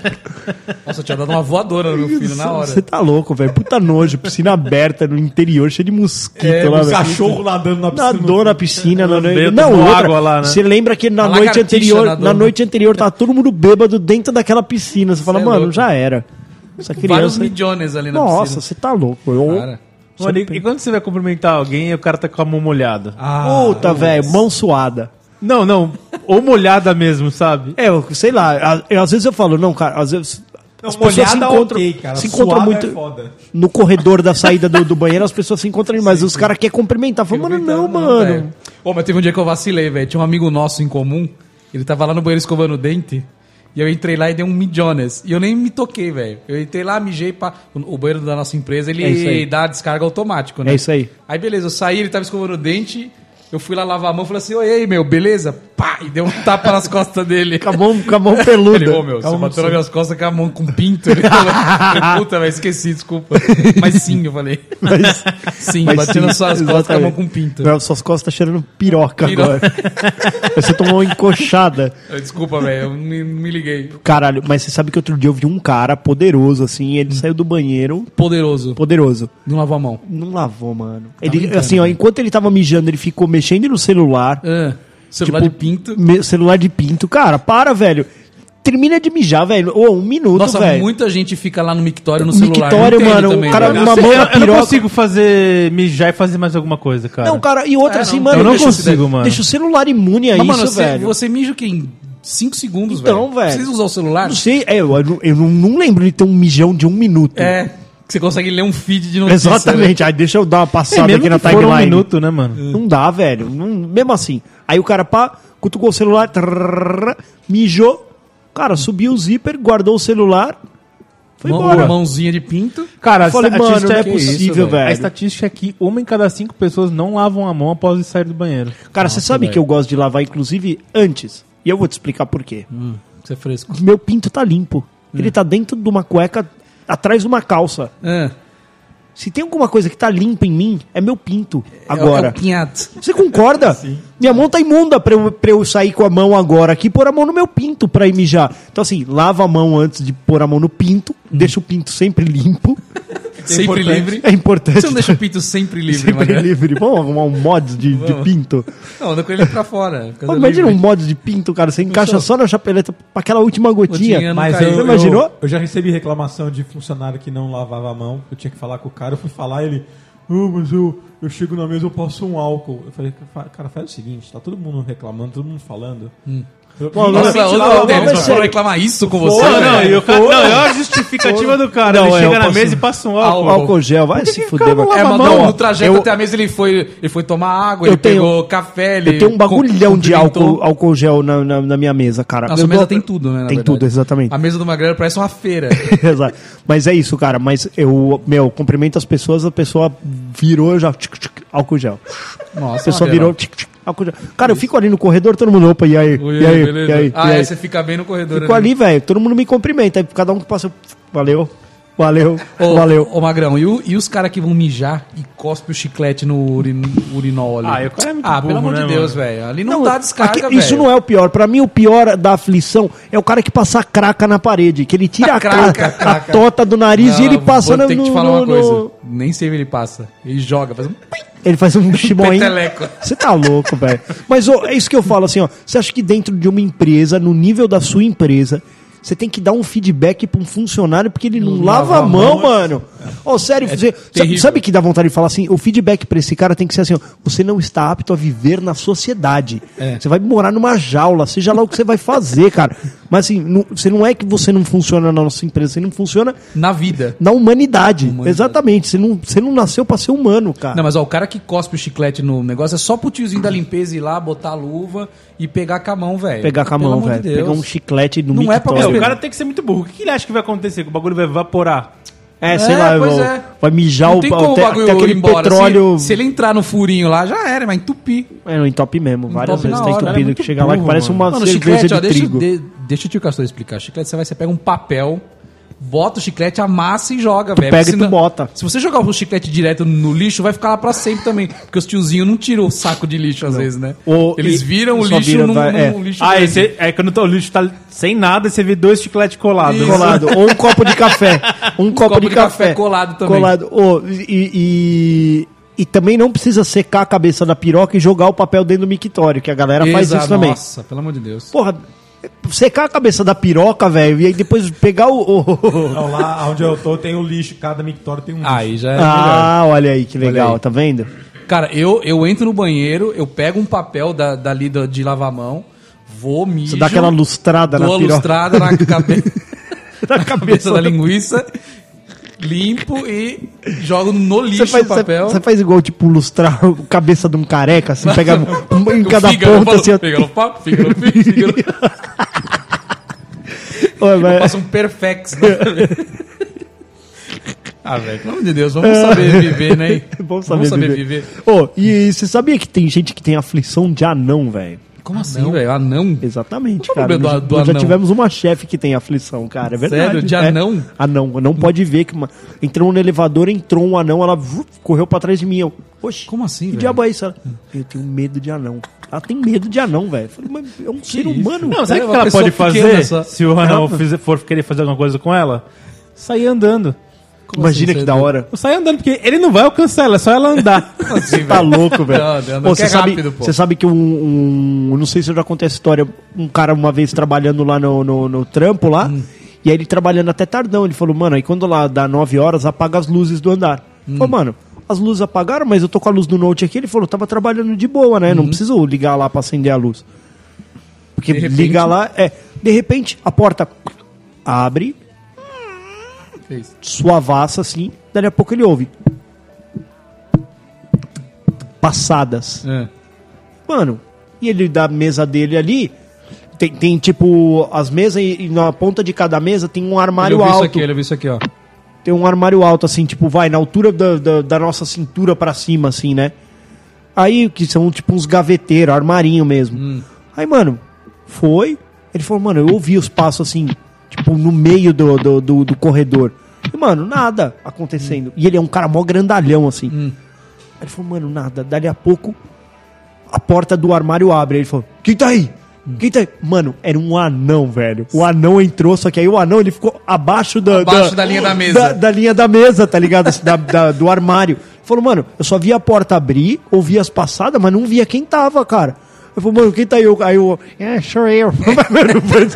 Speaker 3: Nossa, eu tinha dado uma voadora no meu filho na hora.
Speaker 2: Você tá louco, velho. Puta nojo. Piscina aberta no interior, cheio de mosquito
Speaker 3: É,
Speaker 2: lá,
Speaker 1: O
Speaker 2: velho.
Speaker 1: cachorro nadando na piscina.
Speaker 2: Nadou na piscina, na noite.
Speaker 4: Beto
Speaker 2: Não,
Speaker 4: com
Speaker 2: outra,
Speaker 4: água lá, né?
Speaker 2: Você lembra que na
Speaker 3: A
Speaker 2: noite
Speaker 3: lagartixa
Speaker 2: anterior,
Speaker 3: nadou.
Speaker 2: na noite anterior tá todo mundo bêbado dentro daquela piscina. Você fala,
Speaker 3: Cê é
Speaker 2: mano,
Speaker 3: louco."
Speaker 2: já era. Essa
Speaker 3: Vários
Speaker 2: criança.
Speaker 3: midiones ali na
Speaker 2: Nossa,
Speaker 3: piscina.
Speaker 2: você tá louco. Eu-
Speaker 3: Cara.
Speaker 4: Mano, e, e quando você vai cumprimentar alguém e o cara tá com a mão molhada?
Speaker 1: Ah,
Speaker 2: Puta, velho, mão suada.
Speaker 4: Não, não. Ou molhada mesmo, sabe?
Speaker 2: É, eu sei lá, a- eu- às vezes eu falo, não, cara, às vezes.
Speaker 1: Não,
Speaker 2: As pessoas se
Speaker 1: molhada,
Speaker 2: encontram,
Speaker 1: ok, cara.
Speaker 2: se encontram
Speaker 1: Suada
Speaker 2: muito
Speaker 1: é foda.
Speaker 2: no corredor da saída do, do banheiro, as pessoas se encontram demais. Os caras querem cumprimentar. Falam, mano, não, mano.
Speaker 3: velho. Ô, mas teve um dia que eu vacilei, velho. Tinha um amigo nosso em comum. Ele tava lá no banheiro escovando o dente. E eu entrei lá e dei um midiones. E eu nem me toquei, velho. Eu entrei lá, mijei pra. O o banheiro da nossa empresa,
Speaker 2: É isso
Speaker 3: ele
Speaker 2: aí.
Speaker 3: dá a descarga automático, né?
Speaker 2: É isso aí.
Speaker 3: Aí beleza, eu saí, ele tava escovando o dente. Eu fui lá lavar a mão e falei assim: Oi, aí, meu, beleza? Pá! E deu um tapa nas costas dele.
Speaker 2: Com a mão, com a mão
Speaker 3: Ele, ô
Speaker 2: peluda.
Speaker 3: meu, você bateu nas minhas costas com a mão com pinto. Ele falou, puta, velho, esqueci, desculpa. Mas sim, eu falei.
Speaker 2: Mas,
Speaker 3: Sim,
Speaker 2: mas
Speaker 3: bateu nas suas costas com a mão
Speaker 2: exatamente.
Speaker 3: com pinto.
Speaker 2: Não, suas costas tá cheirando piroca
Speaker 3: Piro-
Speaker 2: agora. Você tomou uma encoxada.
Speaker 3: Eu, Desculpa, velho, eu não me, não me liguei.
Speaker 2: Caralho, mas você sabe que outro dia eu vi um cara poderoso, assim,
Speaker 3: Hum.
Speaker 2: ele saiu do banheiro,
Speaker 3: Poderoso.
Speaker 2: poderoso.
Speaker 3: Não lavou a mão.
Speaker 2: Não lavou, mano.
Speaker 3: Tá
Speaker 2: Ele, assim, ó, enquanto ele tava mijando, ele ficou mexendo no celular.
Speaker 3: Ah, celular
Speaker 2: Tipo,
Speaker 3: de pinto.
Speaker 2: me- celular de pinto. Cara, para, velho. Termina de mijar, velho. Ô, um minuto,
Speaker 3: Nossa,
Speaker 2: velho.
Speaker 3: muita gente fica lá no mictório no celular.
Speaker 2: Mictório,
Speaker 3: Não entendo
Speaker 2: mano.
Speaker 3: também,
Speaker 2: o cara é
Speaker 3: velho.
Speaker 2: numa
Speaker 4: Eu,
Speaker 2: mão na
Speaker 4: eu não
Speaker 2: piroca.
Speaker 4: consigo fazer mijar e fazer mais alguma coisa, cara.
Speaker 2: Não, cara, e outra
Speaker 3: É,
Speaker 2: assim,
Speaker 3: não,
Speaker 2: mano.
Speaker 4: eu não
Speaker 2: deixa o-
Speaker 4: consigo, mano.
Speaker 2: Deixa o celular imune a
Speaker 3: Mas,
Speaker 2: isso,
Speaker 3: mano, você,
Speaker 2: velho.
Speaker 3: você mija o quê? Em 5 segundos,
Speaker 2: Então, velho.
Speaker 3: Precisa usar o celular?
Speaker 2: Não sei, é, eu, eu não- eu não lembro de ter um mijão de um minuto.
Speaker 3: É, que você consegue ler um feed de notícia. né?
Speaker 2: Exatamente. Aí deixa eu dar uma
Speaker 4: é
Speaker 2: passada
Speaker 4: mesmo
Speaker 2: aqui na
Speaker 4: que for um
Speaker 2: timeline.
Speaker 4: minuto, né, mano?
Speaker 2: Não dá, velho. Não- mesmo assim. Aí o cara pá, cutucou o celular, trrr, mijou. Cara, subiu o zíper, guardou o celular. Foi
Speaker 3: Mão-
Speaker 2: embora.
Speaker 3: Mãozinha de pinto.
Speaker 4: Cara, a
Speaker 2: Falei, mano,
Speaker 4: estatística
Speaker 3: tá
Speaker 2: não é possível, velho.
Speaker 4: A estatística é que uma em cada cinco pessoas não lavam a mão após sair do banheiro.
Speaker 2: Cara, você sabe que eu gosto de lavar, inclusive, antes. E eu vou te explicar por quê.
Speaker 3: Hum, você é fresco.
Speaker 2: Meu pinto tá limpo. Ele tá dentro de uma cueca, atrás de uma calça.
Speaker 3: Ah,
Speaker 2: Se tem alguma coisa que tá limpa em mim, é meu pinto.
Speaker 3: é o- É
Speaker 2: Agora.
Speaker 3: o quinhato.
Speaker 2: Você concorda? Minha mão tá imunda pra eu, pra eu sair com a mão agora aqui e pôr a mão no meu pinto pra ir mijar. Então, assim, lava a mão antes de pôr a mão no pinto. Deixa o pinto sempre limpo.
Speaker 3: Uhum. Sempre
Speaker 1: importante.
Speaker 3: livre.
Speaker 2: É importante.
Speaker 3: Você não deixa o pinto sempre livre,
Speaker 2: sempre
Speaker 3: mano.
Speaker 2: livre. Vamos arrumar um mod de, de
Speaker 3: Vamos.
Speaker 2: pinto.
Speaker 3: Não, anda com ele pra fora. Fica
Speaker 2: Pô, imagina um
Speaker 3: livre.
Speaker 2: mod de pinto, cara. Você encaixa só na chapeleta pra aquela última gotinha.
Speaker 3: Gotinha, não
Speaker 1: Mas
Speaker 3: caiu.
Speaker 1: eu,
Speaker 2: Você
Speaker 1: eu-
Speaker 2: imaginou?
Speaker 1: Eu já recebi reclamação de funcionário que não lavava a mão. Eu tinha que falar com o cara. Eu fui falar, ele. "Ah, mas eu, eu chego na mesa, eu passo um álcool. Eu falei, "Fa- cara, faz o seguinte: tá todo mundo reclamando, todo mundo falando.
Speaker 3: Nossa,
Speaker 1: Nossa,
Speaker 3: o
Speaker 1: lá,
Speaker 3: Aldemir
Speaker 2: é
Speaker 1: mas
Speaker 3: foram reclamar isso com você?
Speaker 4: Não, não,
Speaker 3: velho?
Speaker 4: e o cara, não, é a justificativa do cara.
Speaker 2: Não,
Speaker 4: ele
Speaker 2: é,
Speaker 4: chega
Speaker 2: eu
Speaker 4: na
Speaker 2: posso-
Speaker 4: mesa e passa um
Speaker 2: Álcool,
Speaker 4: álcool.
Speaker 2: gel, vai se fuder,
Speaker 4: cara
Speaker 2: mano.
Speaker 4: não
Speaker 3: É,
Speaker 4: lava
Speaker 3: mas
Speaker 4: a mão,
Speaker 3: não,
Speaker 4: ó.
Speaker 3: É, no trajeto
Speaker 2: Eu-
Speaker 3: até a mesa ele foi, ele foi tomar água,
Speaker 2: Eu
Speaker 3: ele
Speaker 2: tenho-
Speaker 3: pegou café, ele...
Speaker 2: Eu tenho um bagulhão
Speaker 3: com-
Speaker 2: de álcool,
Speaker 3: cumprimentou.
Speaker 2: álcool gel na, na, na minha mesa, cara.
Speaker 3: Na sua
Speaker 2: Eu
Speaker 3: mesa
Speaker 2: dou-
Speaker 3: tem tudo, né? na
Speaker 2: tem
Speaker 3: verdade.
Speaker 2: tudo, exatamente.
Speaker 3: A mesa do Magrelo parece uma feira.
Speaker 2: Exato. Mas é isso, cara. Mas eu, meu, cumprimento as pessoas, a pessoa virou eu já. Tchic, tchic, álcool gel.
Speaker 3: Nossa,
Speaker 2: A pessoa
Speaker 3: Magrelo.
Speaker 2: virou. Tchic, tchic, álcool gel. Cara, eu fico ali no corredor, todo mundo. Opa, e aí?
Speaker 3: Ui,
Speaker 2: e aí?
Speaker 3: beleza.
Speaker 2: E aí?
Speaker 3: ah,
Speaker 2: e aí?
Speaker 3: é, você fica bem no corredor.
Speaker 2: Fico ali, velho. Todo mundo me cumprimenta. Aí cada um que passa. eu- Valeu. Valeu.
Speaker 3: Ô,
Speaker 2: valeu.
Speaker 3: Ô, Magrão, e, o- e os caras que vão mijar e cospe o chiclete no urin, urinol ali?
Speaker 4: Ah, e o cara é muito
Speaker 3: Ah, pelo
Speaker 4: burro,
Speaker 3: amor de
Speaker 4: né,
Speaker 3: Deus,
Speaker 4: mano?
Speaker 3: velho. Ali não, dá descarga,
Speaker 2: aqui-
Speaker 3: velho.
Speaker 2: Isso não é o pior. Pra mim, o pior da aflição é o cara que passa a craca na parede. Que ele tira a,
Speaker 3: Craca,
Speaker 2: craca,
Speaker 3: craca.
Speaker 2: a tota do nariz e ele passa
Speaker 3: vou
Speaker 2: no,
Speaker 3: ter que te
Speaker 2: no-
Speaker 3: falar uma
Speaker 2: no-
Speaker 3: coisa.
Speaker 2: no-
Speaker 3: Nem sei onde ele passa. Ele joga, faz um...
Speaker 2: Ele faz um chimoinho.
Speaker 3: Peteleco.
Speaker 2: Você tá louco, velho. Mas ô, é isso que eu falo assim, ó. Você acha que dentro de uma empresa, no nível da sua empresa, você tem que dar um feedback pra um funcionário porque ele não lava, a mão, É mano. Ô, sério, você- sabe,
Speaker 3: terrível.
Speaker 2: sabe que dá vontade de falar assim? O feedback pra esse cara tem que ser assim, ó. Você não está apto a viver na sociedade. Você vai morar numa jaula, seja lá o que você vai fazer, cara. Mas assim, não- você não é que você não funciona na nossa empresa, você não funciona
Speaker 3: Na vida.
Speaker 2: na humanidade.
Speaker 3: Humanidade.
Speaker 2: Exatamente. Você não, você não nasceu pra ser humano, cara.
Speaker 3: Não, mas ó, o cara que cospe o chiclete no negócio é só pro tiozinho da limpeza ir lá, botar a luva e pegar com a mão, velho.
Speaker 2: pegar com a
Speaker 3: Pelo
Speaker 2: mão,
Speaker 3: amor de
Speaker 2: velho.
Speaker 3: Deus.
Speaker 2: Pegar um chiclete no
Speaker 3: Não é pra
Speaker 4: É,
Speaker 2: mictório.
Speaker 4: o cara tem que ser muito burro. O que ele acha que vai acontecer? Que o bagulho vai evaporar.
Speaker 2: É, sei
Speaker 3: É,
Speaker 2: lá,
Speaker 3: pois
Speaker 2: vai-
Speaker 3: é.
Speaker 2: vai mijar
Speaker 3: não
Speaker 2: o,
Speaker 3: tem como o
Speaker 2: até,
Speaker 3: bagulho
Speaker 2: até aquele
Speaker 3: ir embora.
Speaker 2: petróleo.
Speaker 3: Se, se ele entrar no furinho lá, já era, mas entupir.
Speaker 2: É, não entope mesmo. Várias
Speaker 3: Um Entope
Speaker 2: vezes
Speaker 3: na
Speaker 2: tá
Speaker 3: hora.
Speaker 2: entupido
Speaker 3: Cara, é
Speaker 2: que chega lá que
Speaker 4: burro,
Speaker 2: parece uma
Speaker 3: Mano, o
Speaker 2: cerveja
Speaker 3: chiclete,
Speaker 2: de
Speaker 3: ó, deixa,
Speaker 2: trigo.
Speaker 3: de- deixa o tio Castor explicar. Chiclete, você vai, você pega um papel, bota o chiclete, amassa e joga, velho.
Speaker 2: pega
Speaker 3: Porque
Speaker 2: e tu
Speaker 3: senão-
Speaker 2: bota.
Speaker 3: Se você jogar o chiclete direto no lixo, vai ficar lá pra sempre também. Porque os tiozinhos não tiram o saco de lixo, às vezes, né?
Speaker 2: Ou-
Speaker 3: Eles
Speaker 2: e-
Speaker 3: viram o
Speaker 2: só
Speaker 3: lixo
Speaker 2: vira,
Speaker 3: num,
Speaker 2: vai-
Speaker 3: num
Speaker 2: é.
Speaker 3: lixo.
Speaker 4: Ah, e
Speaker 3: grande.
Speaker 4: você- aí quando tá- o lixo tá sem nada, você vê dois chicletes colados.
Speaker 2: Colado. Ou um copo de café. Um, copo, de, café.
Speaker 3: colado também.
Speaker 2: Colado. Ô, e, e, e também não precisa secar a cabeça da piroca e jogar o papel dentro do mictório, que a galera faz
Speaker 3: Exa-
Speaker 2: isso também.
Speaker 3: Nossa, pelo amor de Deus.
Speaker 2: Porra, secar a cabeça da piroca, velho, e aí depois pegar o- o...
Speaker 3: É
Speaker 1: Não, Então, lá onde eu tô tem o lixo, cada mictório tem um lixo.
Speaker 3: Aí já é melhor.
Speaker 2: Ah, olha aí que legal,
Speaker 3: aí.
Speaker 2: tá vendo?
Speaker 3: Cara, eu, eu entro no banheiro, eu pego um papel da, dali da- de lavar a mão, vou, mijo...
Speaker 2: Você dá aquela lustrada na
Speaker 3: dou a
Speaker 2: piroca.
Speaker 3: lustrada na cabeça... na cabeça da linguiça, limpo e jogo no
Speaker 2: Você
Speaker 3: lixo
Speaker 2: faz,
Speaker 3: o papel.
Speaker 2: você- você faz igual, tipo, lustrar a cabeça de um careca, assim, pega um- em
Speaker 3: O
Speaker 2: cada
Speaker 3: fígado, eu
Speaker 2: ponta,
Speaker 3: falo,
Speaker 2: assim, ó.
Speaker 3: Fígado, papo, fígado, fígado, fígado.
Speaker 2: Ó, vai-
Speaker 3: Passa um perfex. né? ah, velho, pelo amor de Deus, vamos saber viver, né?
Speaker 2: É. Vamos é saber viver. Ô, e, você sabia que tem gente que tem aflição de anão, velho?
Speaker 3: Como assim, velho? Anão?
Speaker 2: Exatamente,
Speaker 3: Qual o
Speaker 2: cara.
Speaker 3: problema
Speaker 2: Nós
Speaker 3: do-
Speaker 2: já-
Speaker 3: do
Speaker 2: nós já
Speaker 3: anão?
Speaker 2: tivemos uma chefe que tem aflição, cara. É verdade.
Speaker 3: Sério? De
Speaker 2: É.
Speaker 3: anão?
Speaker 2: Anão. Não pode ver que uma... entrou no elevador, entrou um anão, ela vu- correu pra trás de mim. Eu, Oxe,
Speaker 3: Como assim,
Speaker 2: que
Speaker 3: velho?
Speaker 2: diabo é isso? Ela, eu tenho medo de anão. Ela tem medo de anão, velho. Eu falei, mas é um ser humano.
Speaker 4: Não,
Speaker 3: É
Speaker 4: sabe o que,
Speaker 3: uma
Speaker 4: ela
Speaker 3: pessoa
Speaker 4: pode
Speaker 3: pequena
Speaker 4: fazer
Speaker 3: só.
Speaker 4: se o anão fizer- for querer fazer alguma coisa com ela? Sair andando.
Speaker 3: Como
Speaker 2: Imagina
Speaker 3: assim,
Speaker 2: que
Speaker 3: você-
Speaker 2: da hora.
Speaker 4: Eu saio andando, porque ele não vai alcançar ela, é só ela andar.
Speaker 2: Você tá louco, velho.
Speaker 3: Não, não, não,
Speaker 2: Pô,
Speaker 3: que
Speaker 2: Você
Speaker 3: é
Speaker 2: sabe,
Speaker 3: rápido, pô.
Speaker 2: você sabe que um, um- eu Não sei se eu já contei essa história. Um cara uma vez trabalhando lá no, no, no trampo lá.
Speaker 3: Hum.
Speaker 2: E aí ele trabalhando até tardão. Ele falou, mano, aí quando lá dá 9 horas, apaga as luzes do andar.
Speaker 3: Hum.
Speaker 2: Falou, mano, as luzes apagaram, mas eu tô com a luz do note aqui. Ele falou, tava trabalhando de boa, né? Não preciso ligar lá pra acender a luz. Porque
Speaker 3: Uhum. De repente-
Speaker 2: liga lá, é. De repente, a porta abre,
Speaker 3: Fez.
Speaker 2: suavaça assim. Dali a pouco ele ouve. Passadas.
Speaker 3: É.
Speaker 2: Mano, e ele da mesa dele ali. Tem, tem, tipo, as mesas e, e na ponta de cada mesa tem um
Speaker 3: Ele
Speaker 2: armário
Speaker 3: ouviu isso
Speaker 2: alto.
Speaker 3: aqui, ele ouviu isso aqui, ó.
Speaker 2: Tem um armário alto, assim, tipo, vai, na altura da, da, da nossa cintura pra cima, assim, né? Aí, que são tipo uns gaveteiros, armarinho mesmo. Aí, mano, foi. Ele falou, mano, eu ouvi os passos assim, tipo, no meio do, do, do, do corredor. E, mano, nada acontecendo. E ele é um cara mó grandalhão, assim. Aí ele falou, mano, nada. Dali a pouco, a porta do armário abre. Ele falou, quem tá aí? Quem tá aí? Mano, era um anão, velho. O anão entrou, só que aí o anão ele ficou abaixo da,
Speaker 3: Abaixo da linha da mesa.
Speaker 2: Da, da linha da mesa, tá ligado? Assim, da- da- do armário. Ele falou, mano, eu só via a porta abrir, ouvia as passadas, mas não via quem tava, cara. Eu falei, mano, quem tá aí? Eu- Aí eu, é, sou eu. assim, Mano, foi-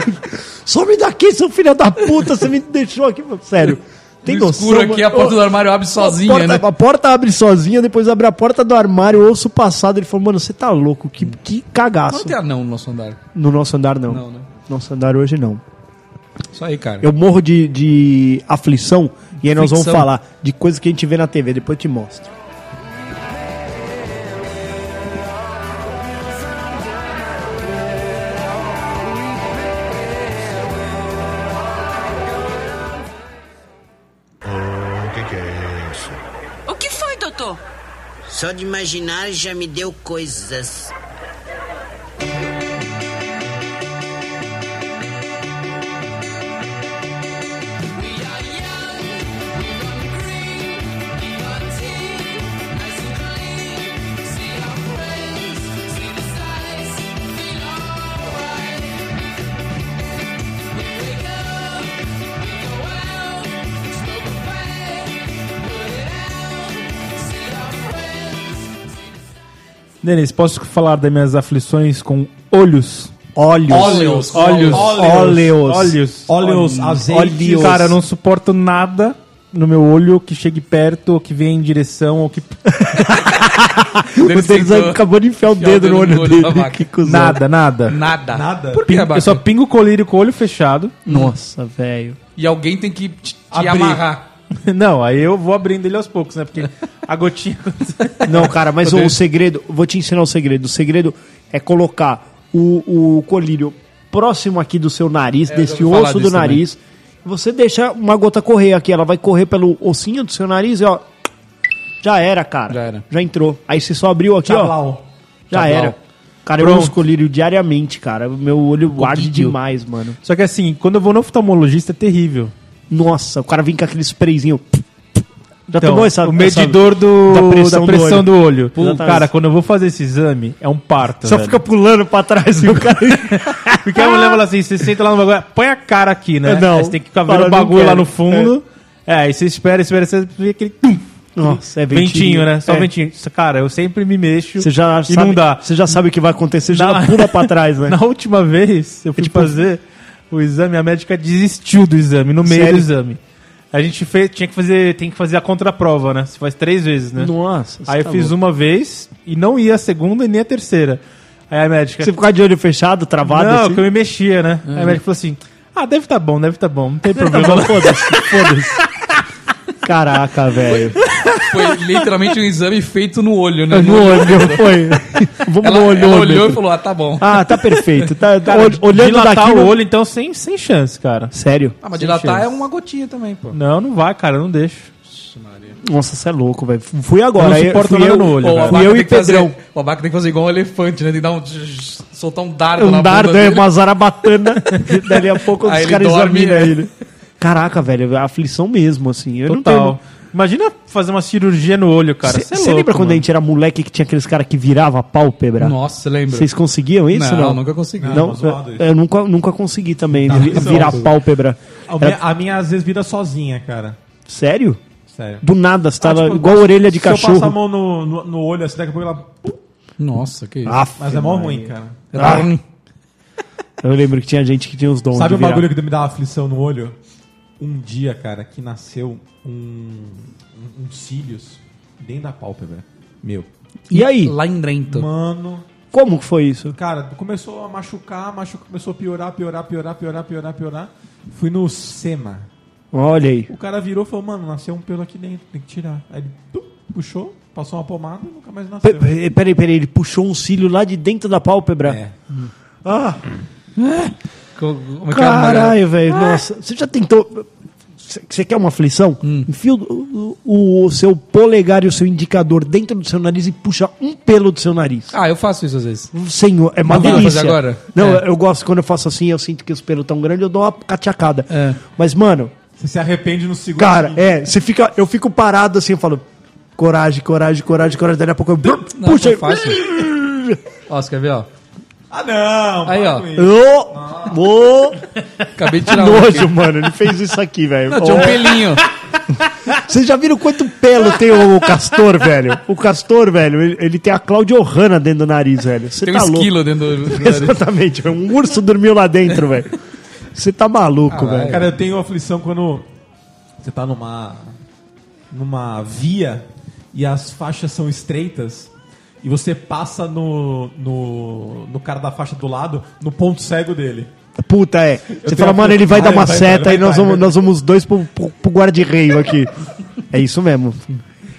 Speaker 2: Some daqui, seu filho da puta, você me deixou aqui. Sério. Tem
Speaker 3: no escuro
Speaker 2: noção,
Speaker 3: aqui, a
Speaker 2: mano?
Speaker 3: porta do armário abre sozinha,
Speaker 2: a porta,
Speaker 3: né?
Speaker 2: a porta abre sozinha, depois abre a porta do armário, eu ouço o passado. Ele falou, mano, você tá louco, que, que
Speaker 3: é Não
Speaker 2: cagaço.
Speaker 3: tem anão no nosso andar.
Speaker 2: No nosso andar, não.
Speaker 3: Não, né?
Speaker 2: Nosso andar hoje, não.
Speaker 3: Isso aí, cara.
Speaker 2: Eu morro de, de aflição, e aí nós vamos
Speaker 3: Aflição.
Speaker 2: falar de coisas que a gente vê na TV, depois eu te mostro.
Speaker 5: O que, que é isso?
Speaker 6: O que foi, doutor?
Speaker 7: Só de imaginar já me deu coisas.
Speaker 4: Denis, posso falar das minhas aflições com olhos?
Speaker 2: Olhos.
Speaker 3: Óleos.
Speaker 4: Olhos.
Speaker 2: Óleos.
Speaker 4: Olhos.
Speaker 1: Óleos,
Speaker 2: Óleos.
Speaker 1: azeites.
Speaker 4: Cara, eu não suporto nada no meu olho que chegue perto, ou que venha em direção, ou que.
Speaker 2: O Denis
Speaker 3: tentou
Speaker 2: acabou de enfiar o
Speaker 3: enfiar
Speaker 2: dedo no olho
Speaker 3: da
Speaker 2: dele.
Speaker 3: vaca.
Speaker 2: Que cuzão.
Speaker 4: Nada, nada.
Speaker 3: Nada.
Speaker 1: Nada.
Speaker 3: Por que,
Speaker 4: Pin-
Speaker 3: Abaca?
Speaker 4: Eu só pingo o colírio com o olho fechado.
Speaker 2: Nossa, velho.
Speaker 3: E alguém tem que te, te
Speaker 1: Abrir.
Speaker 3: amarrar.
Speaker 4: Não, aí eu vou abrindo ele aos poucos, né? Porque a gotinha.
Speaker 2: Não, cara, mas
Speaker 4: Eu
Speaker 2: o,
Speaker 4: tenho-
Speaker 2: segredo, vou te ensinar o segredo. O segredo é colocar o, o colírio próximo aqui do seu nariz,
Speaker 3: eu
Speaker 2: desse
Speaker 3: já ouvi falar
Speaker 2: osso do
Speaker 3: disso também.
Speaker 2: nariz. Você deixa uma gota correr aqui, ela vai correr pelo ossinho do seu nariz e ó. Já era, cara.
Speaker 3: Já era.
Speaker 2: Já entrou. Aí você só abriu
Speaker 4: Tá
Speaker 2: aqui, ó.
Speaker 1: Tablau.
Speaker 2: Já
Speaker 3: Tablau.
Speaker 2: era. Cara, eu uso colírio diariamente, cara. Meu olho arde demais, mano.
Speaker 4: Só que assim, quando eu vou no oftalmologista é terrível.
Speaker 2: Nossa, o cara vem com aquele sprayzinho. Já
Speaker 4: Então,
Speaker 2: tomou essa
Speaker 4: o medidor do,
Speaker 2: da
Speaker 4: da
Speaker 2: pressão
Speaker 4: pressão,
Speaker 2: do
Speaker 4: do olho.
Speaker 2: Puta.
Speaker 4: Cara, quando eu vou fazer esse exame, é um parto.
Speaker 2: essa- Só
Speaker 4: velho.
Speaker 2: fica pulando pra trás e o cara.
Speaker 4: Porque a mulher fala assim: você senta lá no bagulho, põe a cara aqui, né?
Speaker 2: É, Não.
Speaker 4: Aí você tem que ficar
Speaker 2: Fala,
Speaker 4: vendo o
Speaker 2: não
Speaker 4: bagulho lá
Speaker 2: quero.
Speaker 4: no fundo. É, aí você espera, espera, você vê aquele. tum,
Speaker 2: Nossa, é
Speaker 4: ventinho,
Speaker 2: ventinho.
Speaker 4: né? Só
Speaker 2: É.
Speaker 4: ventinho. Isso, Cara, eu sempre me mexo
Speaker 2: Você já,
Speaker 4: e
Speaker 2: sabe,
Speaker 4: não dá.
Speaker 2: você já sabe o que vai acontecer, já
Speaker 4: Na-
Speaker 2: pula pra trás, né?
Speaker 4: Na última vez,
Speaker 2: É
Speaker 4: eu fui
Speaker 2: tipo,
Speaker 4: fazer o exame, a médica desistiu do exame, no meio
Speaker 2: Sério?
Speaker 4: do exame. A gente fez, tinha que fazer, tem que fazer a contraprova, né? Você faz três vezes, né?
Speaker 2: Nossa, tá
Speaker 4: Aí eu
Speaker 3: tá
Speaker 4: fiz uma vez e não ia a segunda e nem a terceira. Aí a médica.
Speaker 2: Você ficar de olho fechado, travado,
Speaker 4: um- não,
Speaker 2: assim. Uhum.
Speaker 4: que eu me mexia, né? Aí a médica falou assim: ah, deve tá bom, deve tá bom, não tem
Speaker 2: Tá
Speaker 4: problema.
Speaker 2: bom, foda-se, foda-se. Caraca, velho.
Speaker 3: Foi literalmente um exame feito no olho, né?
Speaker 2: No olho, foi. Vamos
Speaker 3: Ela,
Speaker 2: no olho,
Speaker 3: ela
Speaker 2: olho.
Speaker 3: olhou e falou, ah, tá bom.
Speaker 2: Ah, tá perfeito. Tá, ol- olhando
Speaker 4: Dilatar
Speaker 2: daqui.
Speaker 4: o
Speaker 2: não-
Speaker 4: olho, então, sem, sem chance, cara.
Speaker 2: Sério?
Speaker 3: Ah, mas
Speaker 4: sem
Speaker 3: dilatar
Speaker 4: chance.
Speaker 3: é uma gotinha também, pô.
Speaker 4: Não, não vai, cara, não deixo.
Speaker 2: Nossa, você é louco, velho. Fui agora.
Speaker 4: Eu não
Speaker 2: aí-
Speaker 4: suporto
Speaker 2: fui
Speaker 4: nada
Speaker 2: eu,
Speaker 4: no olho,
Speaker 3: Pô,
Speaker 4: cara.
Speaker 2: Fui
Speaker 3: abaca
Speaker 2: eu
Speaker 3: tem
Speaker 2: né? e
Speaker 3: que fazer-
Speaker 2: Pedrão.
Speaker 3: o abaca tem que fazer igual um elefante, né? Tem que dar um... Soltar um dardo
Speaker 2: Um
Speaker 3: na bunda
Speaker 2: dardo, é
Speaker 3: dele.
Speaker 2: uma zarabatana. e Dali a pouco
Speaker 3: Aí
Speaker 2: os
Speaker 3: ele
Speaker 2: caras
Speaker 3: dorme,
Speaker 2: examinam
Speaker 3: é.
Speaker 2: ele. Caraca, velho, a aflição mesmo, assim. Eu não
Speaker 4: Total.
Speaker 2: tenho...
Speaker 4: Imagina fazer uma cirurgia no olho, cara. Você é
Speaker 2: Você lembra
Speaker 4: louco,
Speaker 2: quando a
Speaker 4: mano.
Speaker 2: gente era moleque que tinha aqueles caras que virava a pálpebra?
Speaker 3: Nossa, lembra?
Speaker 2: é Vocês conseguiam isso?
Speaker 3: Não,
Speaker 2: Não, Ah.
Speaker 3: nunca consegui.
Speaker 2: Não,
Speaker 1: Tá zoado isso.
Speaker 2: eu nunca, nunca consegui também vi-
Speaker 1: isso é
Speaker 2: virar a
Speaker 1: zoado.
Speaker 2: pálpebra.
Speaker 1: A minha, a minha às vezes vira sozinha, cara.
Speaker 2: Sério?
Speaker 1: Sério.
Speaker 2: Do nada, você tava
Speaker 1: Ah, tipo,
Speaker 2: igual a orelha de
Speaker 1: Se eu passar a
Speaker 2: cachorro.
Speaker 1: mão no, no, no olho, assim, daqui a pouco ela...
Speaker 3: Nossa, que isso.
Speaker 2: Aff,
Speaker 1: Mas é mó ruim, cara.
Speaker 2: tá.
Speaker 3: Ah.
Speaker 2: Eu lembro que tinha gente que tinha os dons
Speaker 1: Sabe
Speaker 2: de
Speaker 1: um
Speaker 2: virar.
Speaker 1: bagulho que me dá aflição no olho? Um dia, cara, que nasceu um, um, um cílios dentro da pálpebra. Meu.
Speaker 2: E aí?
Speaker 3: Lá em Drento.
Speaker 1: Mano...
Speaker 2: Como que foi isso?
Speaker 1: Cara, começou a machucar, machucar, começou a piorar, piorar, piorar, piorar, piorar, piorar. Fui no SEMA.
Speaker 2: Olha aí.
Speaker 1: O cara virou e falou, mano, nasceu um pelo aqui dentro, tem que tirar. Aí ele tum, puxou, passou uma pomada e nunca mais
Speaker 2: Pe-
Speaker 1: nasceu.
Speaker 2: pe- Peraí, peraí, ele puxou um cílio lá de dentro da pálpebra.
Speaker 1: É.
Speaker 3: Como é que é a mulher?
Speaker 2: Caralho, velho. Nossa, você já tentou. Você quer uma aflição?
Speaker 3: Hum.
Speaker 2: Enfia o, o- o seu polegar e o seu indicador dentro do seu nariz e puxa um pelo do seu nariz.
Speaker 3: Ah, eu faço isso às vezes.
Speaker 2: Senhor, é uma
Speaker 3: Não dá pra
Speaker 2: delícia.
Speaker 3: fazer agora?
Speaker 2: Não,
Speaker 3: É.
Speaker 2: eu gosto quando eu faço assim, eu sinto que os pelos tão grandes, eu dou uma catiacada.
Speaker 3: É.
Speaker 2: Mas, mano,
Speaker 1: Você se arrepende no segundo.
Speaker 2: cara,
Speaker 1: seguinte.
Speaker 2: é, você fica. Eu fico parado assim, eu falo. Coragem, coragem, coragem, coragem. Daí a pouco eu.
Speaker 3: Não, é
Speaker 2: puxa
Speaker 3: eu faço. Ó, você quer ver, ó?
Speaker 1: Ah, não!
Speaker 3: Aí,
Speaker 1: para
Speaker 3: ó.
Speaker 1: com isso.
Speaker 2: Ô! Ô!
Speaker 3: Acabei de tirar um
Speaker 2: Nojo,
Speaker 3: aqui.
Speaker 2: mano. Ele fez isso aqui, velho.
Speaker 3: Não, tinha um
Speaker 2: Ó.
Speaker 3: pelinho.
Speaker 2: Vocês já viram quanto pelo tem o Castor, velho? O Castor, velho, ele, ele tem a Claudio Hanna dentro do nariz, velho. Você
Speaker 3: Tem um
Speaker 2: tá louco.
Speaker 3: esquilo dentro do... do nariz.
Speaker 2: Exatamente, velho. um urso dormiu lá dentro, velho. Você tá maluco,
Speaker 3: Caralho.
Speaker 2: velho.
Speaker 1: Cara, eu tenho aflição quando Você tá numa numa via e as faixas são estreitas e você passa no, no, no cara da faixa do lado, no ponto cego dele.
Speaker 2: Puta, é. Você
Speaker 1: tenho
Speaker 2: fala,
Speaker 1: a-
Speaker 2: mano, ele vai
Speaker 1: Ah,
Speaker 2: dar
Speaker 1: ele
Speaker 2: uma
Speaker 1: vai-
Speaker 2: seta
Speaker 1: vai-
Speaker 2: e nós
Speaker 1: vai-
Speaker 2: vamos,
Speaker 1: vai-
Speaker 2: nós vamos dois pro, pro, pro guarda-reio aqui. é isso mesmo.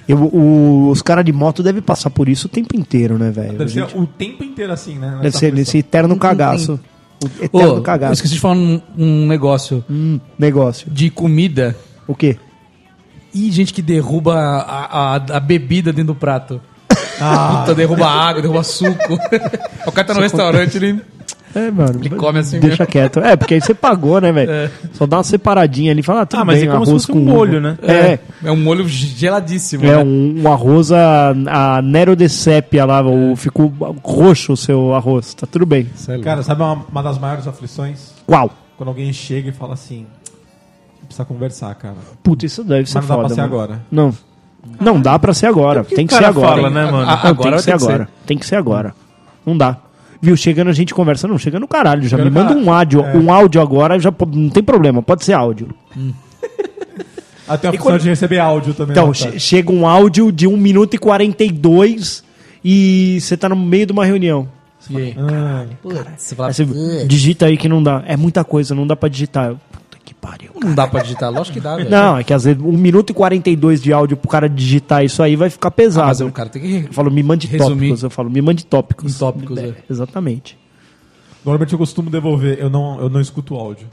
Speaker 2: Eu, o- os caras de moto devem passar por isso o tempo inteiro, né, velho?
Speaker 1: Deve
Speaker 2: A gente-
Speaker 1: ser o tempo inteiro assim, né?
Speaker 2: Deve
Speaker 1: Essa
Speaker 2: ser nesse
Speaker 1: pressão.
Speaker 2: eterno cagaço. O
Speaker 3: Ô,
Speaker 2: eterno
Speaker 3: eu
Speaker 2: cagaço.
Speaker 3: esqueci de falar um, um negócio
Speaker 2: Hum, negócio.
Speaker 3: de comida
Speaker 2: O quê?
Speaker 3: e gente que derruba a, a- a bebida dentro do prato. Puta, derruba água, derruba suco. Ah. o cara tá no restaurante, ele.
Speaker 2: É, mano.
Speaker 3: Ele come assim
Speaker 2: Deixa
Speaker 3: mesmo.
Speaker 2: quieto. É, porque aí você pagou, né, velho?
Speaker 3: É.
Speaker 2: Só dá uma separadinha ali e fala, ah, tudo
Speaker 4: Ah, mas
Speaker 2: bem,
Speaker 4: é como se
Speaker 2: arroz
Speaker 4: fosse
Speaker 2: com
Speaker 4: um
Speaker 2: uva.
Speaker 4: molho, né?
Speaker 2: É.
Speaker 3: É um molho geladíssimo.
Speaker 2: É
Speaker 3: né?
Speaker 2: um, um arroz a, a Nero de Sepia lá, o, ficou roxo o seu arroz, tá tudo bem.
Speaker 1: Cara, sabe uma, uma das maiores aflições?
Speaker 2: Qual?
Speaker 1: Quando alguém chega e fala assim, precisa conversar, cara.
Speaker 2: Puta, isso deve ser
Speaker 1: Mas não dá
Speaker 2: foda.
Speaker 1: pra ser
Speaker 2: mano.
Speaker 1: agora.
Speaker 2: Não. Não dá pra ser agora. Tem que
Speaker 4: o
Speaker 2: ser
Speaker 4: cara
Speaker 2: agora.
Speaker 4: fala, né, mano?
Speaker 2: Não, tem
Speaker 3: Agora
Speaker 2: que ser
Speaker 3: tem que
Speaker 2: agora. Tem que ser agora. Não dá. Viu, chegando a gente conversa. Não, chega no caralho. Já
Speaker 1: Chega
Speaker 2: me
Speaker 1: no
Speaker 2: manda um áudio. Um áudio agora, já po- não tem problema, pode ser áudio.
Speaker 1: Até a função de receber áudio também.
Speaker 2: Então,
Speaker 3: É, tá.
Speaker 1: né,
Speaker 2: che-
Speaker 1: cara?
Speaker 2: chega um áudio de 1 minuto e 42 e você tá no meio de uma reunião.
Speaker 3: E aí?
Speaker 1: Ah,
Speaker 3: Você fala,
Speaker 2: Aí você
Speaker 3: É.
Speaker 2: digita aí que não dá. É muita coisa, não dá pra digitar. Eu, Puta que pariu.
Speaker 3: não dá pra digitar, lógico que dá, velho.
Speaker 2: Não, é que às vezes 1 minuto e 42 de áudio pro cara digitar isso aí vai ficar
Speaker 3: Ah, mas
Speaker 2: pesado.
Speaker 3: o cara tem que
Speaker 2: Eu falo, me mande
Speaker 3: Resumir.
Speaker 2: tópicos. Eu falo, me mande tópicos.
Speaker 3: Em tópicos,
Speaker 2: É,
Speaker 3: é.
Speaker 2: Exatamente.
Speaker 1: normalmente eu costumo devolver, eu não, eu não escuto áudio.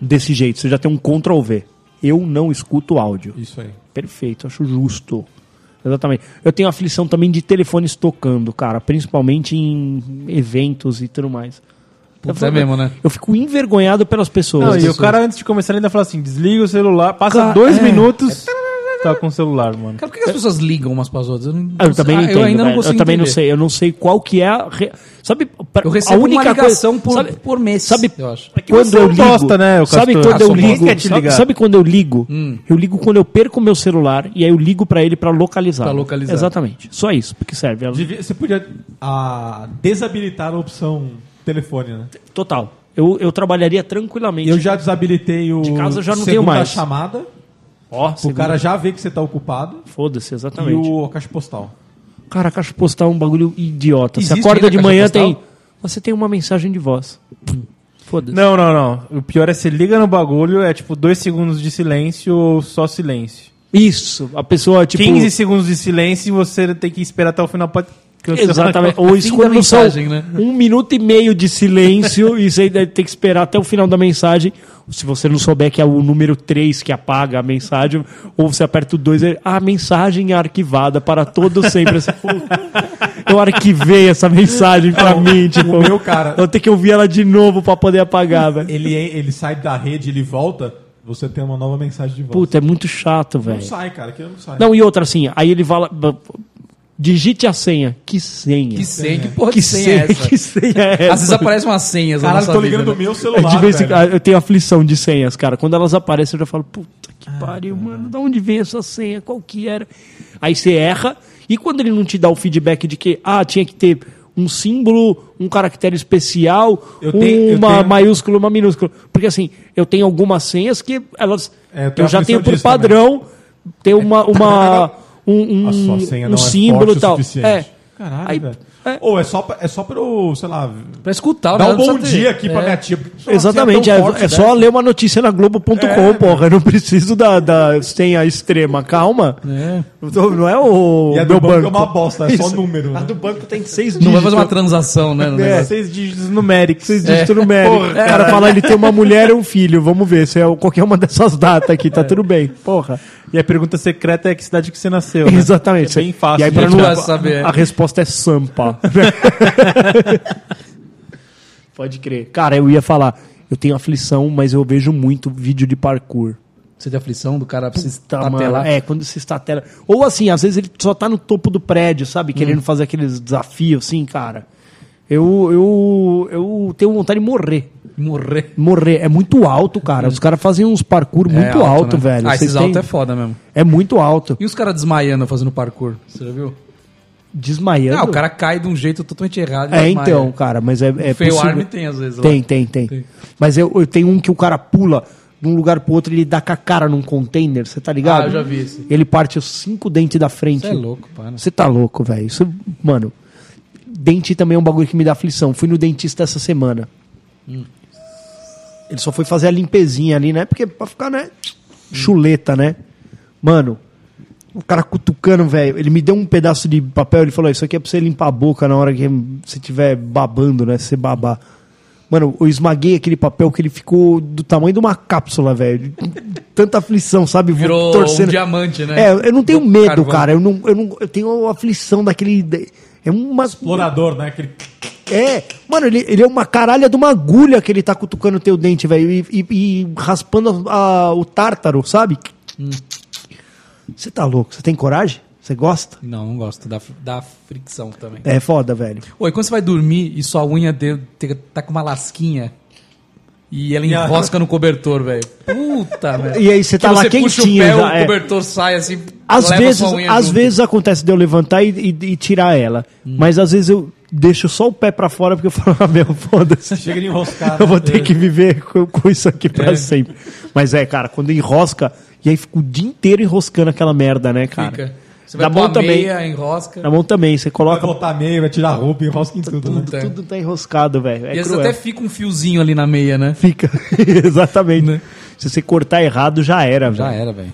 Speaker 2: Desse jeito, você já tem um Ctrl V. Eu não escuto áudio.
Speaker 1: Isso aí.
Speaker 2: Perfeito, acho justo. Exatamente. Eu tenho aflição também de telefones tocando, cara, principalmente em eventos e tudo mais.
Speaker 3: Puta,
Speaker 2: Eu falo,
Speaker 3: é mesmo, né?
Speaker 2: Eu fico envergonhado pelas
Speaker 4: Não,
Speaker 2: pessoas.
Speaker 4: e o cara antes de começar ele ainda fala assim: desliga o celular, passa
Speaker 2: Ca-
Speaker 4: dois
Speaker 2: é.
Speaker 4: minutos, tá com o celular, mano.
Speaker 3: Cara, por que as pessoas ligam umas pras outras? Eu, não-
Speaker 2: Ah, Eu também não
Speaker 3: Ah,
Speaker 2: entendo.
Speaker 3: Eu ainda não
Speaker 2: velho.
Speaker 3: consigo
Speaker 2: Eu também não
Speaker 3: entender.
Speaker 2: sei. Eu não sei qual que é a. re- Sabe, pra-
Speaker 3: Eu recebo
Speaker 2: a única
Speaker 3: uma ligação
Speaker 2: coisa-
Speaker 3: por,
Speaker 2: sabe-
Speaker 3: por mês,
Speaker 2: sabe-
Speaker 3: eu acho.
Speaker 2: quando
Speaker 4: você é
Speaker 2: eu
Speaker 4: um
Speaker 2: ligo,
Speaker 4: bosta, né, o
Speaker 2: sabe
Speaker 4: Castor?
Speaker 2: quando
Speaker 4: Ah,
Speaker 2: eu
Speaker 4: sou
Speaker 2: ligo?
Speaker 4: bosta. Quer te
Speaker 2: Sabe,
Speaker 4: ligar.
Speaker 2: sabe quando eu ligo? Eu ligo quando eu perco meu celular e aí eu ligo pra ele pra localizar.
Speaker 3: Pra localizar.
Speaker 2: Exatamente. Só isso, porque serve. Ela-
Speaker 1: Devia- você podia ah, desabilitar a opção telefone, né?
Speaker 2: Total. Eu, eu trabalharia tranquilamente.
Speaker 1: Eu já desabilitei o
Speaker 2: De casa eu já não
Speaker 1: segunda
Speaker 2: tenho mais.
Speaker 1: chamada,
Speaker 2: Ó,
Speaker 1: o cara já vê que você tá ocupado
Speaker 2: Foda-se,
Speaker 1: e
Speaker 2: exatamente.
Speaker 1: o caixa postal.
Speaker 2: Cara, caixa postal é um bagulho idiota. Você
Speaker 3: Existe
Speaker 2: acorda
Speaker 3: ainda
Speaker 2: de
Speaker 3: caixa
Speaker 2: manhã,
Speaker 3: postal?
Speaker 2: tem. Você tem uma mensagem de voz. Foda-se.
Speaker 4: Não, não, não. O pior é você liga no bagulho, é tipo dois segundos de silêncio ou só silêncio.
Speaker 2: Isso. A pessoa, tipo.
Speaker 4: 15 segundos de silêncio e você tem que esperar até o final pra. que você-
Speaker 2: Exatamente. Ou isso
Speaker 3: Fim
Speaker 2: quando
Speaker 3: da
Speaker 2: não são
Speaker 3: mensagem, né?
Speaker 2: um minuto e meio de silêncio e você ainda tem que esperar até o final da mensagem. Se você não souber que é o número 3 que apaga a mensagem, ou você aperta o 2 e a mensagem é arquivada para todo sempre. Assim, pô, eu arquivei essa mensagem pra mim, tipo,
Speaker 1: o meu, cara-
Speaker 2: eu tenho que ouvir ela de novo pra poder apagar, velho.
Speaker 1: Ele, ele sai da rede, ele volta, você tem uma nova mensagem de volta.
Speaker 2: Puta, é muito chato,
Speaker 1: não
Speaker 2: velho.
Speaker 1: sai, cara, que não sai.
Speaker 2: Não, e outra assim, aí ele fala, digite a senha. Que senha?
Speaker 3: Que senha, que porra de senha, é essa?
Speaker 2: que senha é essa?
Speaker 3: Às vezes aparecem umas senhas na
Speaker 1: Caralho,
Speaker 3: nossa
Speaker 1: tô
Speaker 3: vida,
Speaker 1: ligando
Speaker 3: né?
Speaker 1: do meu
Speaker 2: É,
Speaker 1: celular.
Speaker 2: de vez em
Speaker 1: velho.
Speaker 2: ah, eu tenho aflição de senhas, cara. Quando elas aparecem, eu já falo, puta
Speaker 1: Ah,
Speaker 2: que pariu, mano, da onde vem essa senha? Qual que era? Aí você erra, e quando ele não te dá o feedback de que, ah, tinha que ter um símbolo, um caractere especial,
Speaker 1: Eu tenho- eu
Speaker 2: uma
Speaker 1: tenho-
Speaker 2: maiúscula, uma minúscula. Porque assim, eu tenho algumas senhas que elas.
Speaker 1: É, eu
Speaker 2: eu,
Speaker 1: tenho
Speaker 2: já
Speaker 1: aflição
Speaker 2: tenho por
Speaker 1: disso também.
Speaker 2: padrão, tem uma. uma um, um,
Speaker 1: A sua senha
Speaker 2: um
Speaker 1: não é
Speaker 2: símbolo
Speaker 1: forte
Speaker 2: e
Speaker 1: o
Speaker 2: tal.
Speaker 1: suficiente.
Speaker 2: É.
Speaker 1: Caralho,
Speaker 2: Aí-
Speaker 1: velho.
Speaker 2: é.
Speaker 1: Ou é só, pra, é só pro, sei lá,
Speaker 3: Pra escutar,
Speaker 1: dar
Speaker 3: né?
Speaker 1: um
Speaker 3: Não
Speaker 1: bom
Speaker 3: precisa ter-
Speaker 1: dia aqui pra
Speaker 3: É.
Speaker 1: minha tia. porque sua
Speaker 2: Exatamente,
Speaker 1: senha
Speaker 2: é,
Speaker 1: assim, tão forte né? É.
Speaker 2: é
Speaker 1: dessa.
Speaker 2: só ler uma notícia na Globo.com, porra. Eu não preciso da, da senha extrema, calma. Não tô- Não é o.
Speaker 1: E a do
Speaker 2: meu
Speaker 1: banco é uma bosta, é só
Speaker 2: Isso.
Speaker 1: número, né?
Speaker 2: A do banco tem seis
Speaker 3: Não
Speaker 2: dígitos.
Speaker 3: vai fazer uma transação, né? no negócio.
Speaker 4: Seis dígitos numéricos.
Speaker 2: Seis dígitos numéricos.
Speaker 4: Porra,
Speaker 2: o É. cara fala, ele tem uma mulher e um filho. Vamos ver se é qualquer uma dessas datas aqui,
Speaker 1: É.
Speaker 2: tá tudo bem. Porra.
Speaker 4: E a pergunta secreta é que cidade que você nasceu. né?
Speaker 2: Exatamente.
Speaker 4: É bem fácil.
Speaker 2: E aí, pra
Speaker 4: de
Speaker 2: não
Speaker 4: achar.
Speaker 3: vai saber.
Speaker 2: A resposta é Sampa. Pode crer. Cara, eu ia falar, eu tenho aflição, mas eu vejo muito vídeo de parkour.
Speaker 3: Você tem aflição do cara precisa
Speaker 2: Tá, mano,
Speaker 3: tela.
Speaker 2: É, quando se estatela. Ou assim, às vezes ele só tá no topo do prédio, sabe? Querendo
Speaker 3: Hum.
Speaker 2: fazer aqueles desafios, assim, cara. Eu, eu, eu tenho vontade de morrer.
Speaker 3: Morrer.
Speaker 2: Morrer. É muito alto, cara. Os caras fazem uns parkour muito alto,
Speaker 3: né?
Speaker 2: velho.
Speaker 3: Ah,
Speaker 2: Vocês
Speaker 3: esses
Speaker 2: têm-
Speaker 3: altos é foda mesmo.
Speaker 2: é muito alto.
Speaker 3: E os caras desmaiando fazendo parkour? Você já viu?
Speaker 2: Desmaiando.
Speaker 3: Ah, o cara cai de um jeito totalmente errado. e
Speaker 2: É,
Speaker 3: desmaia.
Speaker 2: então, cara, mas é, é
Speaker 3: Fail
Speaker 2: possível.
Speaker 3: arm né? tem às vezes lá.
Speaker 2: Tem, tem, tem.
Speaker 3: Tem.
Speaker 2: Mas eu, eu tenho um que o cara pula de um lugar pro outro, ele dá com a cara num container, você tá ligado?
Speaker 3: Ah, eu já vi esse.
Speaker 2: Ele parte os cinco dentes da frente.
Speaker 3: Você é louco, para.
Speaker 2: Você tá louco, velho. Isso, mano, dente também é um bagulho que me dá aflição. Fui no dentista essa semana.
Speaker 3: Hum.
Speaker 2: Ele só foi fazer a limpezinha ali, né? Porque pra ficar, né?
Speaker 3: Hum.
Speaker 2: Chuleta, né? Mano, o cara cutucando, velho. Ele me deu um pedaço de papel, ele falou: Isso aqui é pra você limpar a boca na hora que você estiver babando, né? Você babar. Mano, eu esmaguei aquele papel que ele ficou do tamanho de uma cápsula, velho. Tanta aflição, sabe? Vou
Speaker 3: Virou um diamante, né?
Speaker 2: É, eu não tenho
Speaker 3: Do
Speaker 2: medo,
Speaker 3: carvão.
Speaker 2: cara. Eu, não, eu, não, eu tenho a aflição daquele. É uma.
Speaker 1: Explorador, né? Aquele...
Speaker 2: É, mano, ele, ele é uma caralha de uma agulha que ele tá cutucando o teu dente, velho, e, e- e raspando a- a- o tártaro, sabe? Você tá louco? Você tem coragem? Você gosta?
Speaker 3: Não, não gosto da, da fricção também.
Speaker 2: É foda, velho.
Speaker 3: Oi, quando você vai dormir e sua unha de- te- tá com uma lasquinha e ela
Speaker 1: a-
Speaker 3: enrosca no cobertor, velho. Puta, velho.
Speaker 2: E aí você
Speaker 3: Que
Speaker 2: tá lá quentinho
Speaker 3: Puxa o pé,
Speaker 2: já,
Speaker 3: o
Speaker 2: é.
Speaker 3: cobertor sai assim.
Speaker 2: Às
Speaker 3: leva
Speaker 2: vezes,
Speaker 3: sua unha
Speaker 2: às
Speaker 3: junto. Hum.
Speaker 2: vezes acontece de eu levantar e, e- e tirar ela, mas às vezes eu deixo só o pé pra fora porque eu falo, ah, meu, foda-se.
Speaker 1: Chega de enroscar.
Speaker 2: Eu
Speaker 1: né? É.
Speaker 2: vou ter que viver com, com isso aqui pra sempre. Mas é, cara, quando enrosca, e aí fica o dia inteiro enroscando aquela merda, né, cara?
Speaker 3: Fica. Você
Speaker 2: Da
Speaker 3: vai pôr
Speaker 2: mão
Speaker 3: a
Speaker 2: também.
Speaker 3: meia, enrosca.
Speaker 2: Na mão também, você
Speaker 1: Vai
Speaker 2: coloca.
Speaker 1: botar meio, vai tirar a roupa, enrosca em tudo, né?
Speaker 3: Puta.
Speaker 2: Tudo tá enroscado, velho. É
Speaker 3: e às vezes
Speaker 2: cruel.
Speaker 3: até fica um fiozinho ali na meia, né?
Speaker 2: Fica. Exatamente. Se você cortar errado, já era,
Speaker 3: Já
Speaker 2: velho.
Speaker 3: era, velho.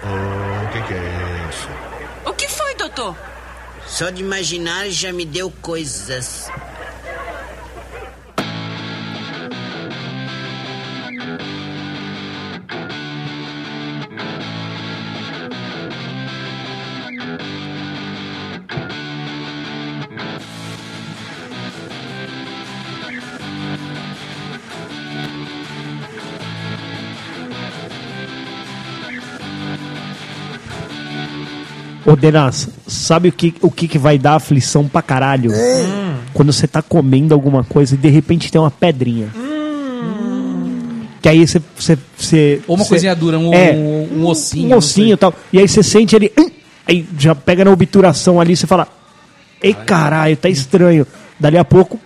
Speaker 5: O que que é isso?
Speaker 6: O que foi, doutor?
Speaker 7: Só de imaginar já me deu coisas.
Speaker 2: Ô, Denas, sabe o que, o que, que vai dar aflição pra caralho?
Speaker 3: É.
Speaker 2: Quando você tá comendo alguma coisa e de repente tem uma pedrinha. Que aí você. você, você
Speaker 3: Hum. Ou uma
Speaker 2: você-
Speaker 3: coisinha dura, um,
Speaker 2: É.
Speaker 3: um, um ossinho.
Speaker 2: um ossinho e tal. E aí você sente ele. "Hum", Aí já pega na obturação ali, você fala. Ei, caralho, tá estranho. Dali a pouco,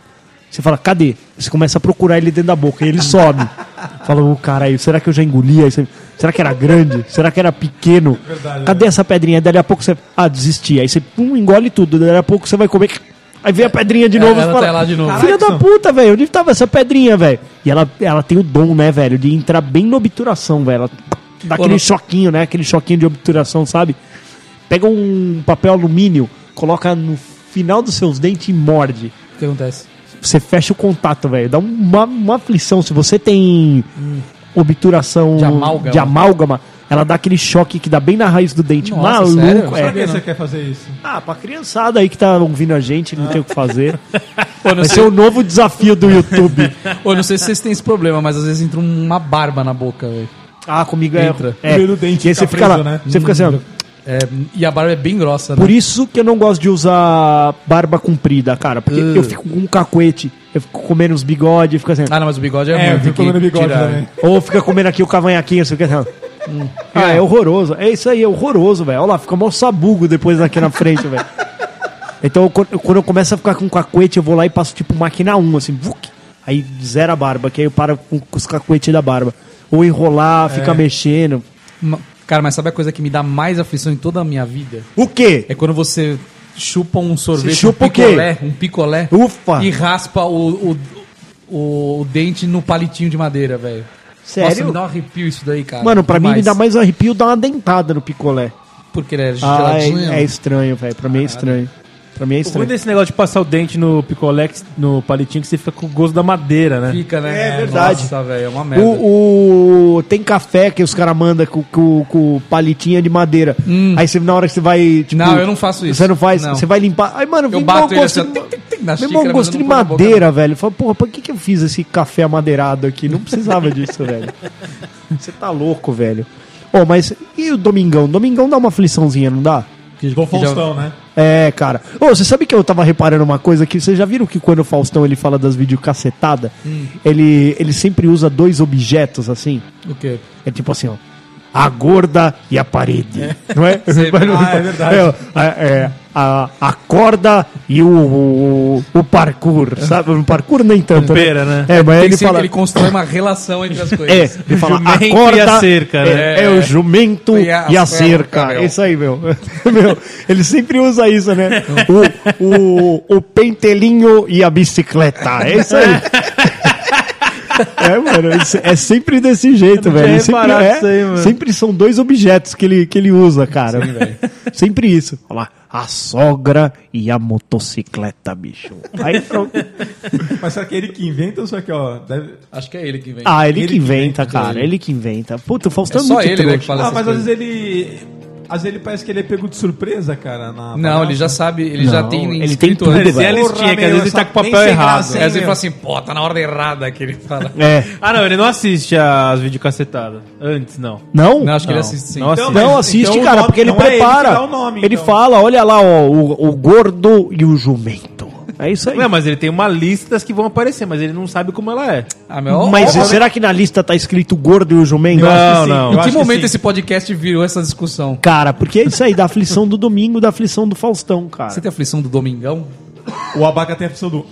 Speaker 2: você fala, cadê? Você começa a procurar ele dentro da boca e ele sobe. Fala, ô caralho, será que eu já engoli? Aí você, será que era grande? Será que era pequeno?
Speaker 3: É
Speaker 1: Verdade,
Speaker 3: né?
Speaker 2: cadê essa pedrinha? Dali a pouco você. Ah, desisti. Aí você pum, engole tudo. Dali a pouco você vai comer. Aí vem a pedrinha de
Speaker 3: É,
Speaker 2: novo.
Speaker 3: ela
Speaker 2: você
Speaker 3: tá lá de novo.
Speaker 2: Filha da
Speaker 1: Caraca.
Speaker 2: puta, velho. Onde tava essa pedrinha, velho? E ela, ela tem o dom, né, velho, de entrar bem na obturação, velho. Ela dá
Speaker 3: Pô,
Speaker 2: aquele
Speaker 3: não-
Speaker 2: choquinho, né? Aquele choquinho de obturação, sabe? Pega um papel alumínio, coloca no final dos seus dentes e morde.
Speaker 3: O que acontece?
Speaker 2: Você fecha o contato, velho. Dá uma, uma aflição. Se você tem obturação
Speaker 3: Hum. De amálgama.
Speaker 2: de amálgama, ela dá aquele choque que dá bem na raiz do dente.
Speaker 3: Nossa,
Speaker 2: Maluco,
Speaker 3: sério? Eu
Speaker 2: é.
Speaker 1: Pra que você quer fazer isso?
Speaker 2: Ah, pra criançada aí que tá ouvindo a gente, não tem o que fazer. Vai ser o novo desafio do YouTube.
Speaker 3: Ô, não sei se vocês têm esse problema, mas às vezes entra uma barba na boca, velho.
Speaker 2: Ah, comigo
Speaker 3: Entra.
Speaker 2: é. é.
Speaker 1: Primeiro dente
Speaker 2: e aí você
Speaker 1: fica
Speaker 2: fica lá,
Speaker 1: preso, né?
Speaker 2: você fica assim, ó.
Speaker 3: É, e a barba é bem grossa, né?
Speaker 2: Por isso que eu não gosto de usar barba comprida, cara. Porque
Speaker 3: Uh.
Speaker 2: eu fico com um cacuete, eu fico comendo uns bigode, eu fico assim.
Speaker 3: Ah, é. não, mas o bigode é,
Speaker 1: É, eu
Speaker 3: muito.
Speaker 1: fico comendo bigode também.
Speaker 2: Ou fica comendo aqui o cavanhaquinho, assim, que assim. ó. Ah, é horroroso. É isso aí, é horroroso, velho. Olha lá, fica mó sabugo depois aqui na frente, velho. Então, eu- quando eu começo a ficar com cacuete, eu vou lá e passo tipo máquina 1, assim, vuc, aí zera a barba, que aí eu paro com, com os cacuetes da barba. Ou enrolar, fica mexendo.
Speaker 3: Ma- Cara, mas sabe a coisa que me dá mais aflição em toda a minha vida?
Speaker 2: O quê?
Speaker 3: É quando você chupa um sorvete,
Speaker 2: Você chupa
Speaker 3: um
Speaker 2: o quê?
Speaker 3: picolé, um picolé,
Speaker 2: Ufa!
Speaker 3: e raspa o, o, o, o dente no palitinho de madeira, velho.
Speaker 2: Sério?
Speaker 3: Nossa, me dá um arrepio isso daí, cara.
Speaker 2: Mano, pra mim me
Speaker 3: Demais.
Speaker 2: dá mais um arrepio dar uma dentada no picolé.
Speaker 3: Porque ele é
Speaker 2: Ah,
Speaker 3: geladinho.
Speaker 2: é, é estranho, velho. Pra mim é estranho. Pra mim é
Speaker 4: O ruim
Speaker 2: estranho.
Speaker 4: desse negócio de passar o dente no picolé, que- no palitinho, é que você fica com o gosto da madeira, né?
Speaker 3: Fica, né?
Speaker 2: É verdade.
Speaker 3: Nossa, velho, é uma merda.
Speaker 2: O, o- tem café que os caras mandam com, com, com palitinha de madeira. Aí você, na hora que você vai. tipo,
Speaker 3: Hum. Não, eu não faço isso.
Speaker 2: Você não faz?
Speaker 3: Não.
Speaker 2: Você vai limpar. Aí, mano,
Speaker 3: Eu
Speaker 2: me
Speaker 3: bato
Speaker 2: dá um
Speaker 3: ele
Speaker 2: gosto
Speaker 3: assim,
Speaker 2: de-
Speaker 3: ó, tic, tic, tic, na
Speaker 2: me dá
Speaker 3: xícara,
Speaker 2: um
Speaker 3: mas
Speaker 2: gosto
Speaker 3: eu
Speaker 2: de
Speaker 3: não ponho na boca,
Speaker 2: madeira, velho. Fala, porra, por que, que eu fiz esse café amadeirado aqui? Não precisava disso, velho. Você tá louco, velho. Ô, mas e o Domingão? Domingão dá uma afliçãozinha, não dá?
Speaker 3: Que,
Speaker 1: Do
Speaker 3: Tipo, que já-
Speaker 1: Faustão, né?
Speaker 2: É, cara. Ô, você sabe que eu tava reparando uma coisa que vocês já viram que quando o Faustão ele fala das videocacetada, ele, ele sempre usa dois objetos assim.
Speaker 3: O quê?
Speaker 2: É tipo assim, ó. A gorda e a parede. Não é?
Speaker 1: Ah, é verdade.
Speaker 2: É, ó, a, é, a, a corda e o, o, o parkour, sabe? O parkour nem tanto.
Speaker 4: Pera, né?
Speaker 2: É, mas
Speaker 3: Tem
Speaker 2: ele
Speaker 3: que ser
Speaker 2: fala.
Speaker 3: que ele constrói uma relação entre as
Speaker 2: É,
Speaker 3: coisas. assim.
Speaker 2: ele fala a
Speaker 4: jumento
Speaker 2: corda
Speaker 4: e a cerca, né?
Speaker 2: É, é o jumento e
Speaker 3: E
Speaker 2: a,
Speaker 3: a-
Speaker 2: cerca.
Speaker 3: meu.
Speaker 2: Isso aí, meu. Meu, Ele sempre usa isso, né? O, o, o pentelinho e a bicicleta. É isso aí. É, mano, isso- é sempre desse jeito, velho.
Speaker 4: tinha
Speaker 2: sempre,
Speaker 4: reparado
Speaker 2: é-
Speaker 4: isso aí, mano.
Speaker 2: sempre são dois objetos que ele, que ele usa, cara. sempre isso. Olha lá, a sogra e a motocicleta, bicho. Aí pronto.
Speaker 1: Mas será que é ele que inventa ou será que, ó. deve-
Speaker 3: Acho que é ele que vem.
Speaker 2: Ah, ele, que inventa, cara. Ele que inventa. Puta, o Faustão é,
Speaker 3: É só
Speaker 2: muito
Speaker 3: ele, né,
Speaker 2: trouxa.
Speaker 3: que fala
Speaker 1: Ah,
Speaker 3: essas
Speaker 1: mas às
Speaker 3: coisas.
Speaker 1: vezes ele. Às vezes ele parece que ele é pego de surpresa, cara. Na
Speaker 3: Não, ele já sabe, ele já
Speaker 2: Não,
Speaker 3: tem
Speaker 2: ele
Speaker 3: inscrito
Speaker 2: tem tudo,
Speaker 3: antes.
Speaker 4: Mas é a
Speaker 1: velho.
Speaker 4: listinha, que às
Speaker 1: Porra,
Speaker 4: vezes ele
Speaker 1: meu,
Speaker 4: tá com o
Speaker 2: é
Speaker 1: nem
Speaker 4: papel
Speaker 1: sem
Speaker 4: errado.
Speaker 1: graça,
Speaker 3: Às
Speaker 1: hein?
Speaker 3: vezes ele
Speaker 1: meu.
Speaker 3: fala assim, pô, tá na hora errada que ele fala.
Speaker 2: É.
Speaker 4: Ah, não, ele não assiste as videocacetadas. Antes, não.
Speaker 2: Não?
Speaker 3: Não, acho que ele
Speaker 4: Não.
Speaker 3: assiste sim.
Speaker 4: Não
Speaker 1: Então,
Speaker 4: assiste.
Speaker 1: mas-
Speaker 2: Não, assiste,
Speaker 1: então o
Speaker 2: cara,
Speaker 1: nome-
Speaker 2: porque ele
Speaker 1: não é ele que
Speaker 2: prepara. Ele,
Speaker 1: dá o nome, então.
Speaker 2: fala, olha lá, ó, o, o gordo e o jumento. É isso aí.
Speaker 4: Ué, mas ele tem uma lista das que vão aparecer, mas ele não sabe como ela é.
Speaker 3: Ah, meu,
Speaker 2: Mas
Speaker 3: ó,
Speaker 2: será que na lista tá escrito o gordo e o jumento?
Speaker 4: Não,
Speaker 1: sim.
Speaker 4: não.
Speaker 1: né? Eu
Speaker 3: em que
Speaker 1: acho que
Speaker 3: momento
Speaker 1: sim.
Speaker 3: esse podcast virou essa discussão?
Speaker 2: Cara, porque é isso aí, da aflição do domingo, da aflição do Faustão,
Speaker 3: Você
Speaker 2: cara.
Speaker 3: tem aflição do Domingão?
Speaker 1: O Abaca tem a opção do.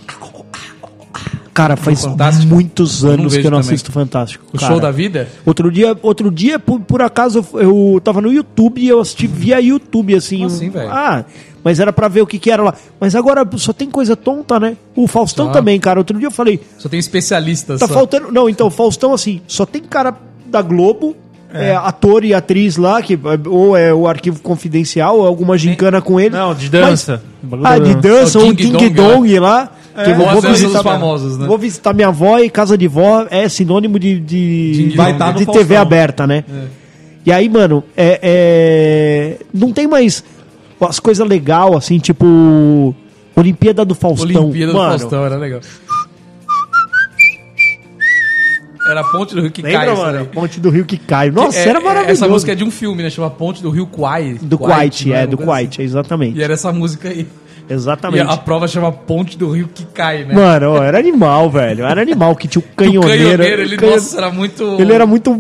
Speaker 2: Cara, faz
Speaker 3: um Fantástico?
Speaker 2: muitos
Speaker 3: não
Speaker 2: anos
Speaker 3: vejo
Speaker 2: que eu não
Speaker 3: também.
Speaker 2: assisto Fantástico.
Speaker 3: O
Speaker 2: cara.
Speaker 3: show da vida?
Speaker 2: Outro dia, outro dia por, por acaso, eu eu tava no YouTube e eu assisti via YouTube, assim.
Speaker 3: Como assim,
Speaker 2: um-
Speaker 3: velho?
Speaker 2: Ah, mas era pra ver o que que era lá. Mas agora só tem coisa tonta, né? O Faustão
Speaker 3: Só.
Speaker 2: também, cara. Outro dia eu falei,
Speaker 3: Só tem especialistas.
Speaker 2: Tá
Speaker 3: só.
Speaker 2: faltando. Não, então, Faustão, assim, só tem cara da Globo. é, ator e atriz lá, que, ou é o arquivo confidencial, ou alguma gincana com ele.
Speaker 4: Não, de dança.
Speaker 2: Mas- ah, de dança,
Speaker 3: É o
Speaker 2: ou
Speaker 3: Ding
Speaker 2: Ding Dong,
Speaker 3: Dong
Speaker 2: lá. que eu
Speaker 3: ou as danças dos famosos, né?
Speaker 2: vou visitar minha avó e casa de vó é sinônimo de, de,
Speaker 3: Ding
Speaker 1: Vai tá no
Speaker 2: de
Speaker 1: Faustão.
Speaker 2: TV aberta, né? E aí, mano, é, é, não tem mais as coisas legais, assim, tipo Olimpíada do Faustão.
Speaker 3: Olimpíada
Speaker 2: mano,
Speaker 3: do Faustão, era legal. Era a ponte do Rio que
Speaker 2: Lembra,
Speaker 3: cai. isso
Speaker 2: mano?
Speaker 3: daí.
Speaker 2: Ponte do Rio que cai. Nossa,
Speaker 3: É-
Speaker 2: era
Speaker 3: é-
Speaker 2: maravilhoso.
Speaker 3: Essa música é de um filme, né? Chama Ponte do Rio Quai.
Speaker 2: Do Kuwait,
Speaker 3: não
Speaker 2: é, do
Speaker 3: Alguma coisa
Speaker 2: Kuwait,
Speaker 3: assim.
Speaker 2: exatamente.
Speaker 3: E era essa música aí. E
Speaker 2: Exatamente.
Speaker 3: a prova chama Ponte do Rio que cai, né?
Speaker 2: Mano, ó, era animal, velho. Era animal que tinha o
Speaker 3: E o
Speaker 2: canhoneiro.
Speaker 3: canhoneiro, ele,
Speaker 2: canho-
Speaker 3: nossa, era muito...
Speaker 2: ele era muito.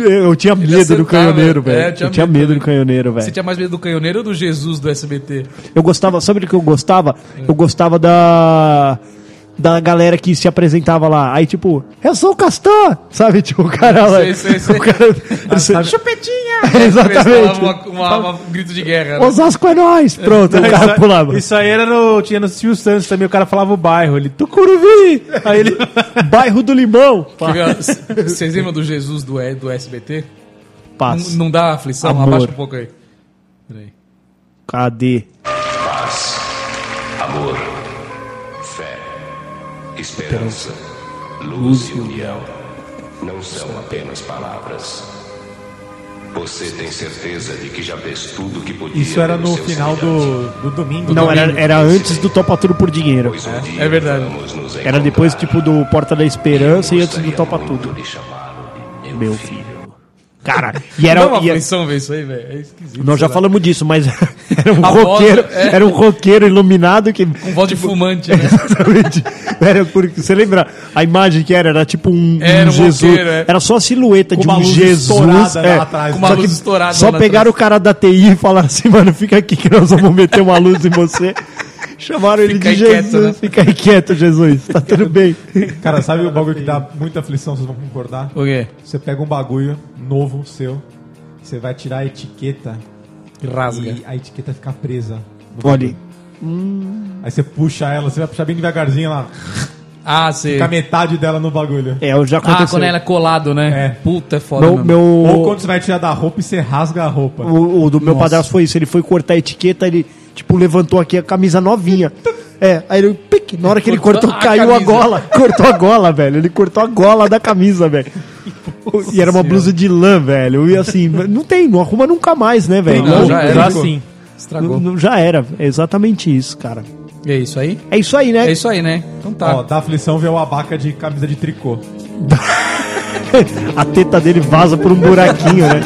Speaker 2: Eu tinha
Speaker 3: Ele
Speaker 2: medo do
Speaker 3: acertava,
Speaker 2: canhoneiro,
Speaker 3: é,
Speaker 2: velho. eu tinha, medo, do
Speaker 3: também.
Speaker 2: canhoneiro,
Speaker 3: Você
Speaker 2: velho.
Speaker 3: tinha mais medo do canhoneiro ou do Jesus do SBT?
Speaker 2: Eu gostava, sabe do que eu gostava? Eu gostava da. Da galera que se apresentava lá. Aí, tipo, eu sou o Castan! Sabe, tipo, o cara lá.
Speaker 3: Sei, sei, Ah, tá sei.
Speaker 2: O cara.
Speaker 3: Aí
Speaker 2: Chupetinha!
Speaker 3: começava
Speaker 2: Exatamente.
Speaker 3: Uma, uma- uma- um grito de guerra. né?
Speaker 2: Osasco é nós! Pronto, o cara
Speaker 3: é-
Speaker 2: pulava.
Speaker 4: Isso aí era no. Tinha no Silvio Santos também, o cara falava o bairro, ele. Tucuruvi! Aí ele.
Speaker 3: é-
Speaker 2: Bairro do Limão!
Speaker 3: Que era- Vocês lembram do Jesus do, E- do SBT?
Speaker 2: Passa.
Speaker 3: N- Não dá aflição?
Speaker 2: Amor.
Speaker 3: Abaixa um pouco aí. Peraí.
Speaker 2: Cadê?
Speaker 5: Paz, amor, fé, esperança, luz e união não são apenas palavras. Você tem certeza de que já fez tudo o que podia
Speaker 1: Isso era no
Speaker 5: pelos seus
Speaker 1: final
Speaker 5: semelhantes?
Speaker 1: do, do domingo. né?
Speaker 2: Não, era, era antes do Topa Tudo por Dinheiro.
Speaker 5: Pois um dia
Speaker 3: É verdade.
Speaker 5: vamos nos
Speaker 2: Era depois, tipo, do Porta da Esperança e antes do
Speaker 5: encontrar.
Speaker 2: Topa
Speaker 5: Muito
Speaker 2: Tudo.
Speaker 5: lhe chamaram de
Speaker 2: Meu filho. Cara, e era.
Speaker 3: Dá uma
Speaker 2: e-
Speaker 3: aflição ver isso aí, velho. É esquisito.
Speaker 2: nós já
Speaker 3: sei lá.
Speaker 2: falamos disso, mas era um
Speaker 3: A voz,
Speaker 2: roqueiro,
Speaker 3: é.
Speaker 2: era um roqueiro iluminado que.
Speaker 3: Com voz Um de
Speaker 2: Tipo,
Speaker 3: fumante, né?
Speaker 2: Exatamente. Era porque, você lembra a imagem que era? Era tipo um,
Speaker 3: Era um
Speaker 2: Jesus.
Speaker 3: roqueiro, é.
Speaker 2: Era só a silhueta
Speaker 1: Com
Speaker 2: de
Speaker 1: uma
Speaker 2: um
Speaker 1: luz
Speaker 2: Jesus.
Speaker 1: estourada lá
Speaker 2: É.
Speaker 1: atrás. né?
Speaker 3: Com uma
Speaker 2: só
Speaker 3: luz
Speaker 2: que
Speaker 3: estourada
Speaker 2: só
Speaker 3: lá
Speaker 2: pegaram
Speaker 3: atrás.
Speaker 2: o cara da TI e falaram assim, mano, fica aqui que nós vamos meter uma luz em você. Chamaram ele de
Speaker 3: Fica aí quieto,
Speaker 2: Jesus.
Speaker 3: né?
Speaker 2: Fica aí quieto, Jesus. Tá tudo bem.
Speaker 1: Cara, sabe o bagulho que dá muita aflição, vocês vão concordar?
Speaker 3: O quê?
Speaker 1: Você pega um bagulho novo seu, você vai tirar a etiqueta
Speaker 3: Rasga.
Speaker 1: e a etiqueta fica presa. no
Speaker 2: Olha.
Speaker 1: bagulho. Aí você puxa ela, você vai puxar bem devagarzinho lá,
Speaker 3: Ah, sei.
Speaker 1: fica a metade dela no bagulho.
Speaker 2: É, eu já
Speaker 3: Ah,
Speaker 2: aconteceu.
Speaker 3: quando ela é colado, né?
Speaker 1: É.
Speaker 3: Puta, é foda
Speaker 2: Meu,
Speaker 3: mesmo.
Speaker 2: meu-
Speaker 1: Ou quando você vai tirar da roupa e você rasga a roupa.
Speaker 2: o, o do meu padrasto foi isso. Ele foi cortar a etiqueta, ele, tipo, levantou aqui a camisa novinha. É, aí ele, pique, na hora que ele
Speaker 3: Cortou
Speaker 2: cortou,
Speaker 3: a
Speaker 2: caiu a
Speaker 3: camisa.
Speaker 2: gola. Cortou a gola, velho. Ele cortou a gola da camisa, velho. E era uma blusa de lã, velho. E assim, não tem, não arruma nunca mais, né, velho?
Speaker 3: Não, já era. assim.
Speaker 4: sim.
Speaker 3: Estragou.
Speaker 2: Não- não- já era. É exatamente isso, cara.
Speaker 3: E é isso aí?
Speaker 2: É isso aí, né?
Speaker 3: É isso aí, né? Então tá.
Speaker 1: Ó, dá aflição ver o abaca de camisa de tricô.
Speaker 2: A teta dele vaza por um buraquinho, né?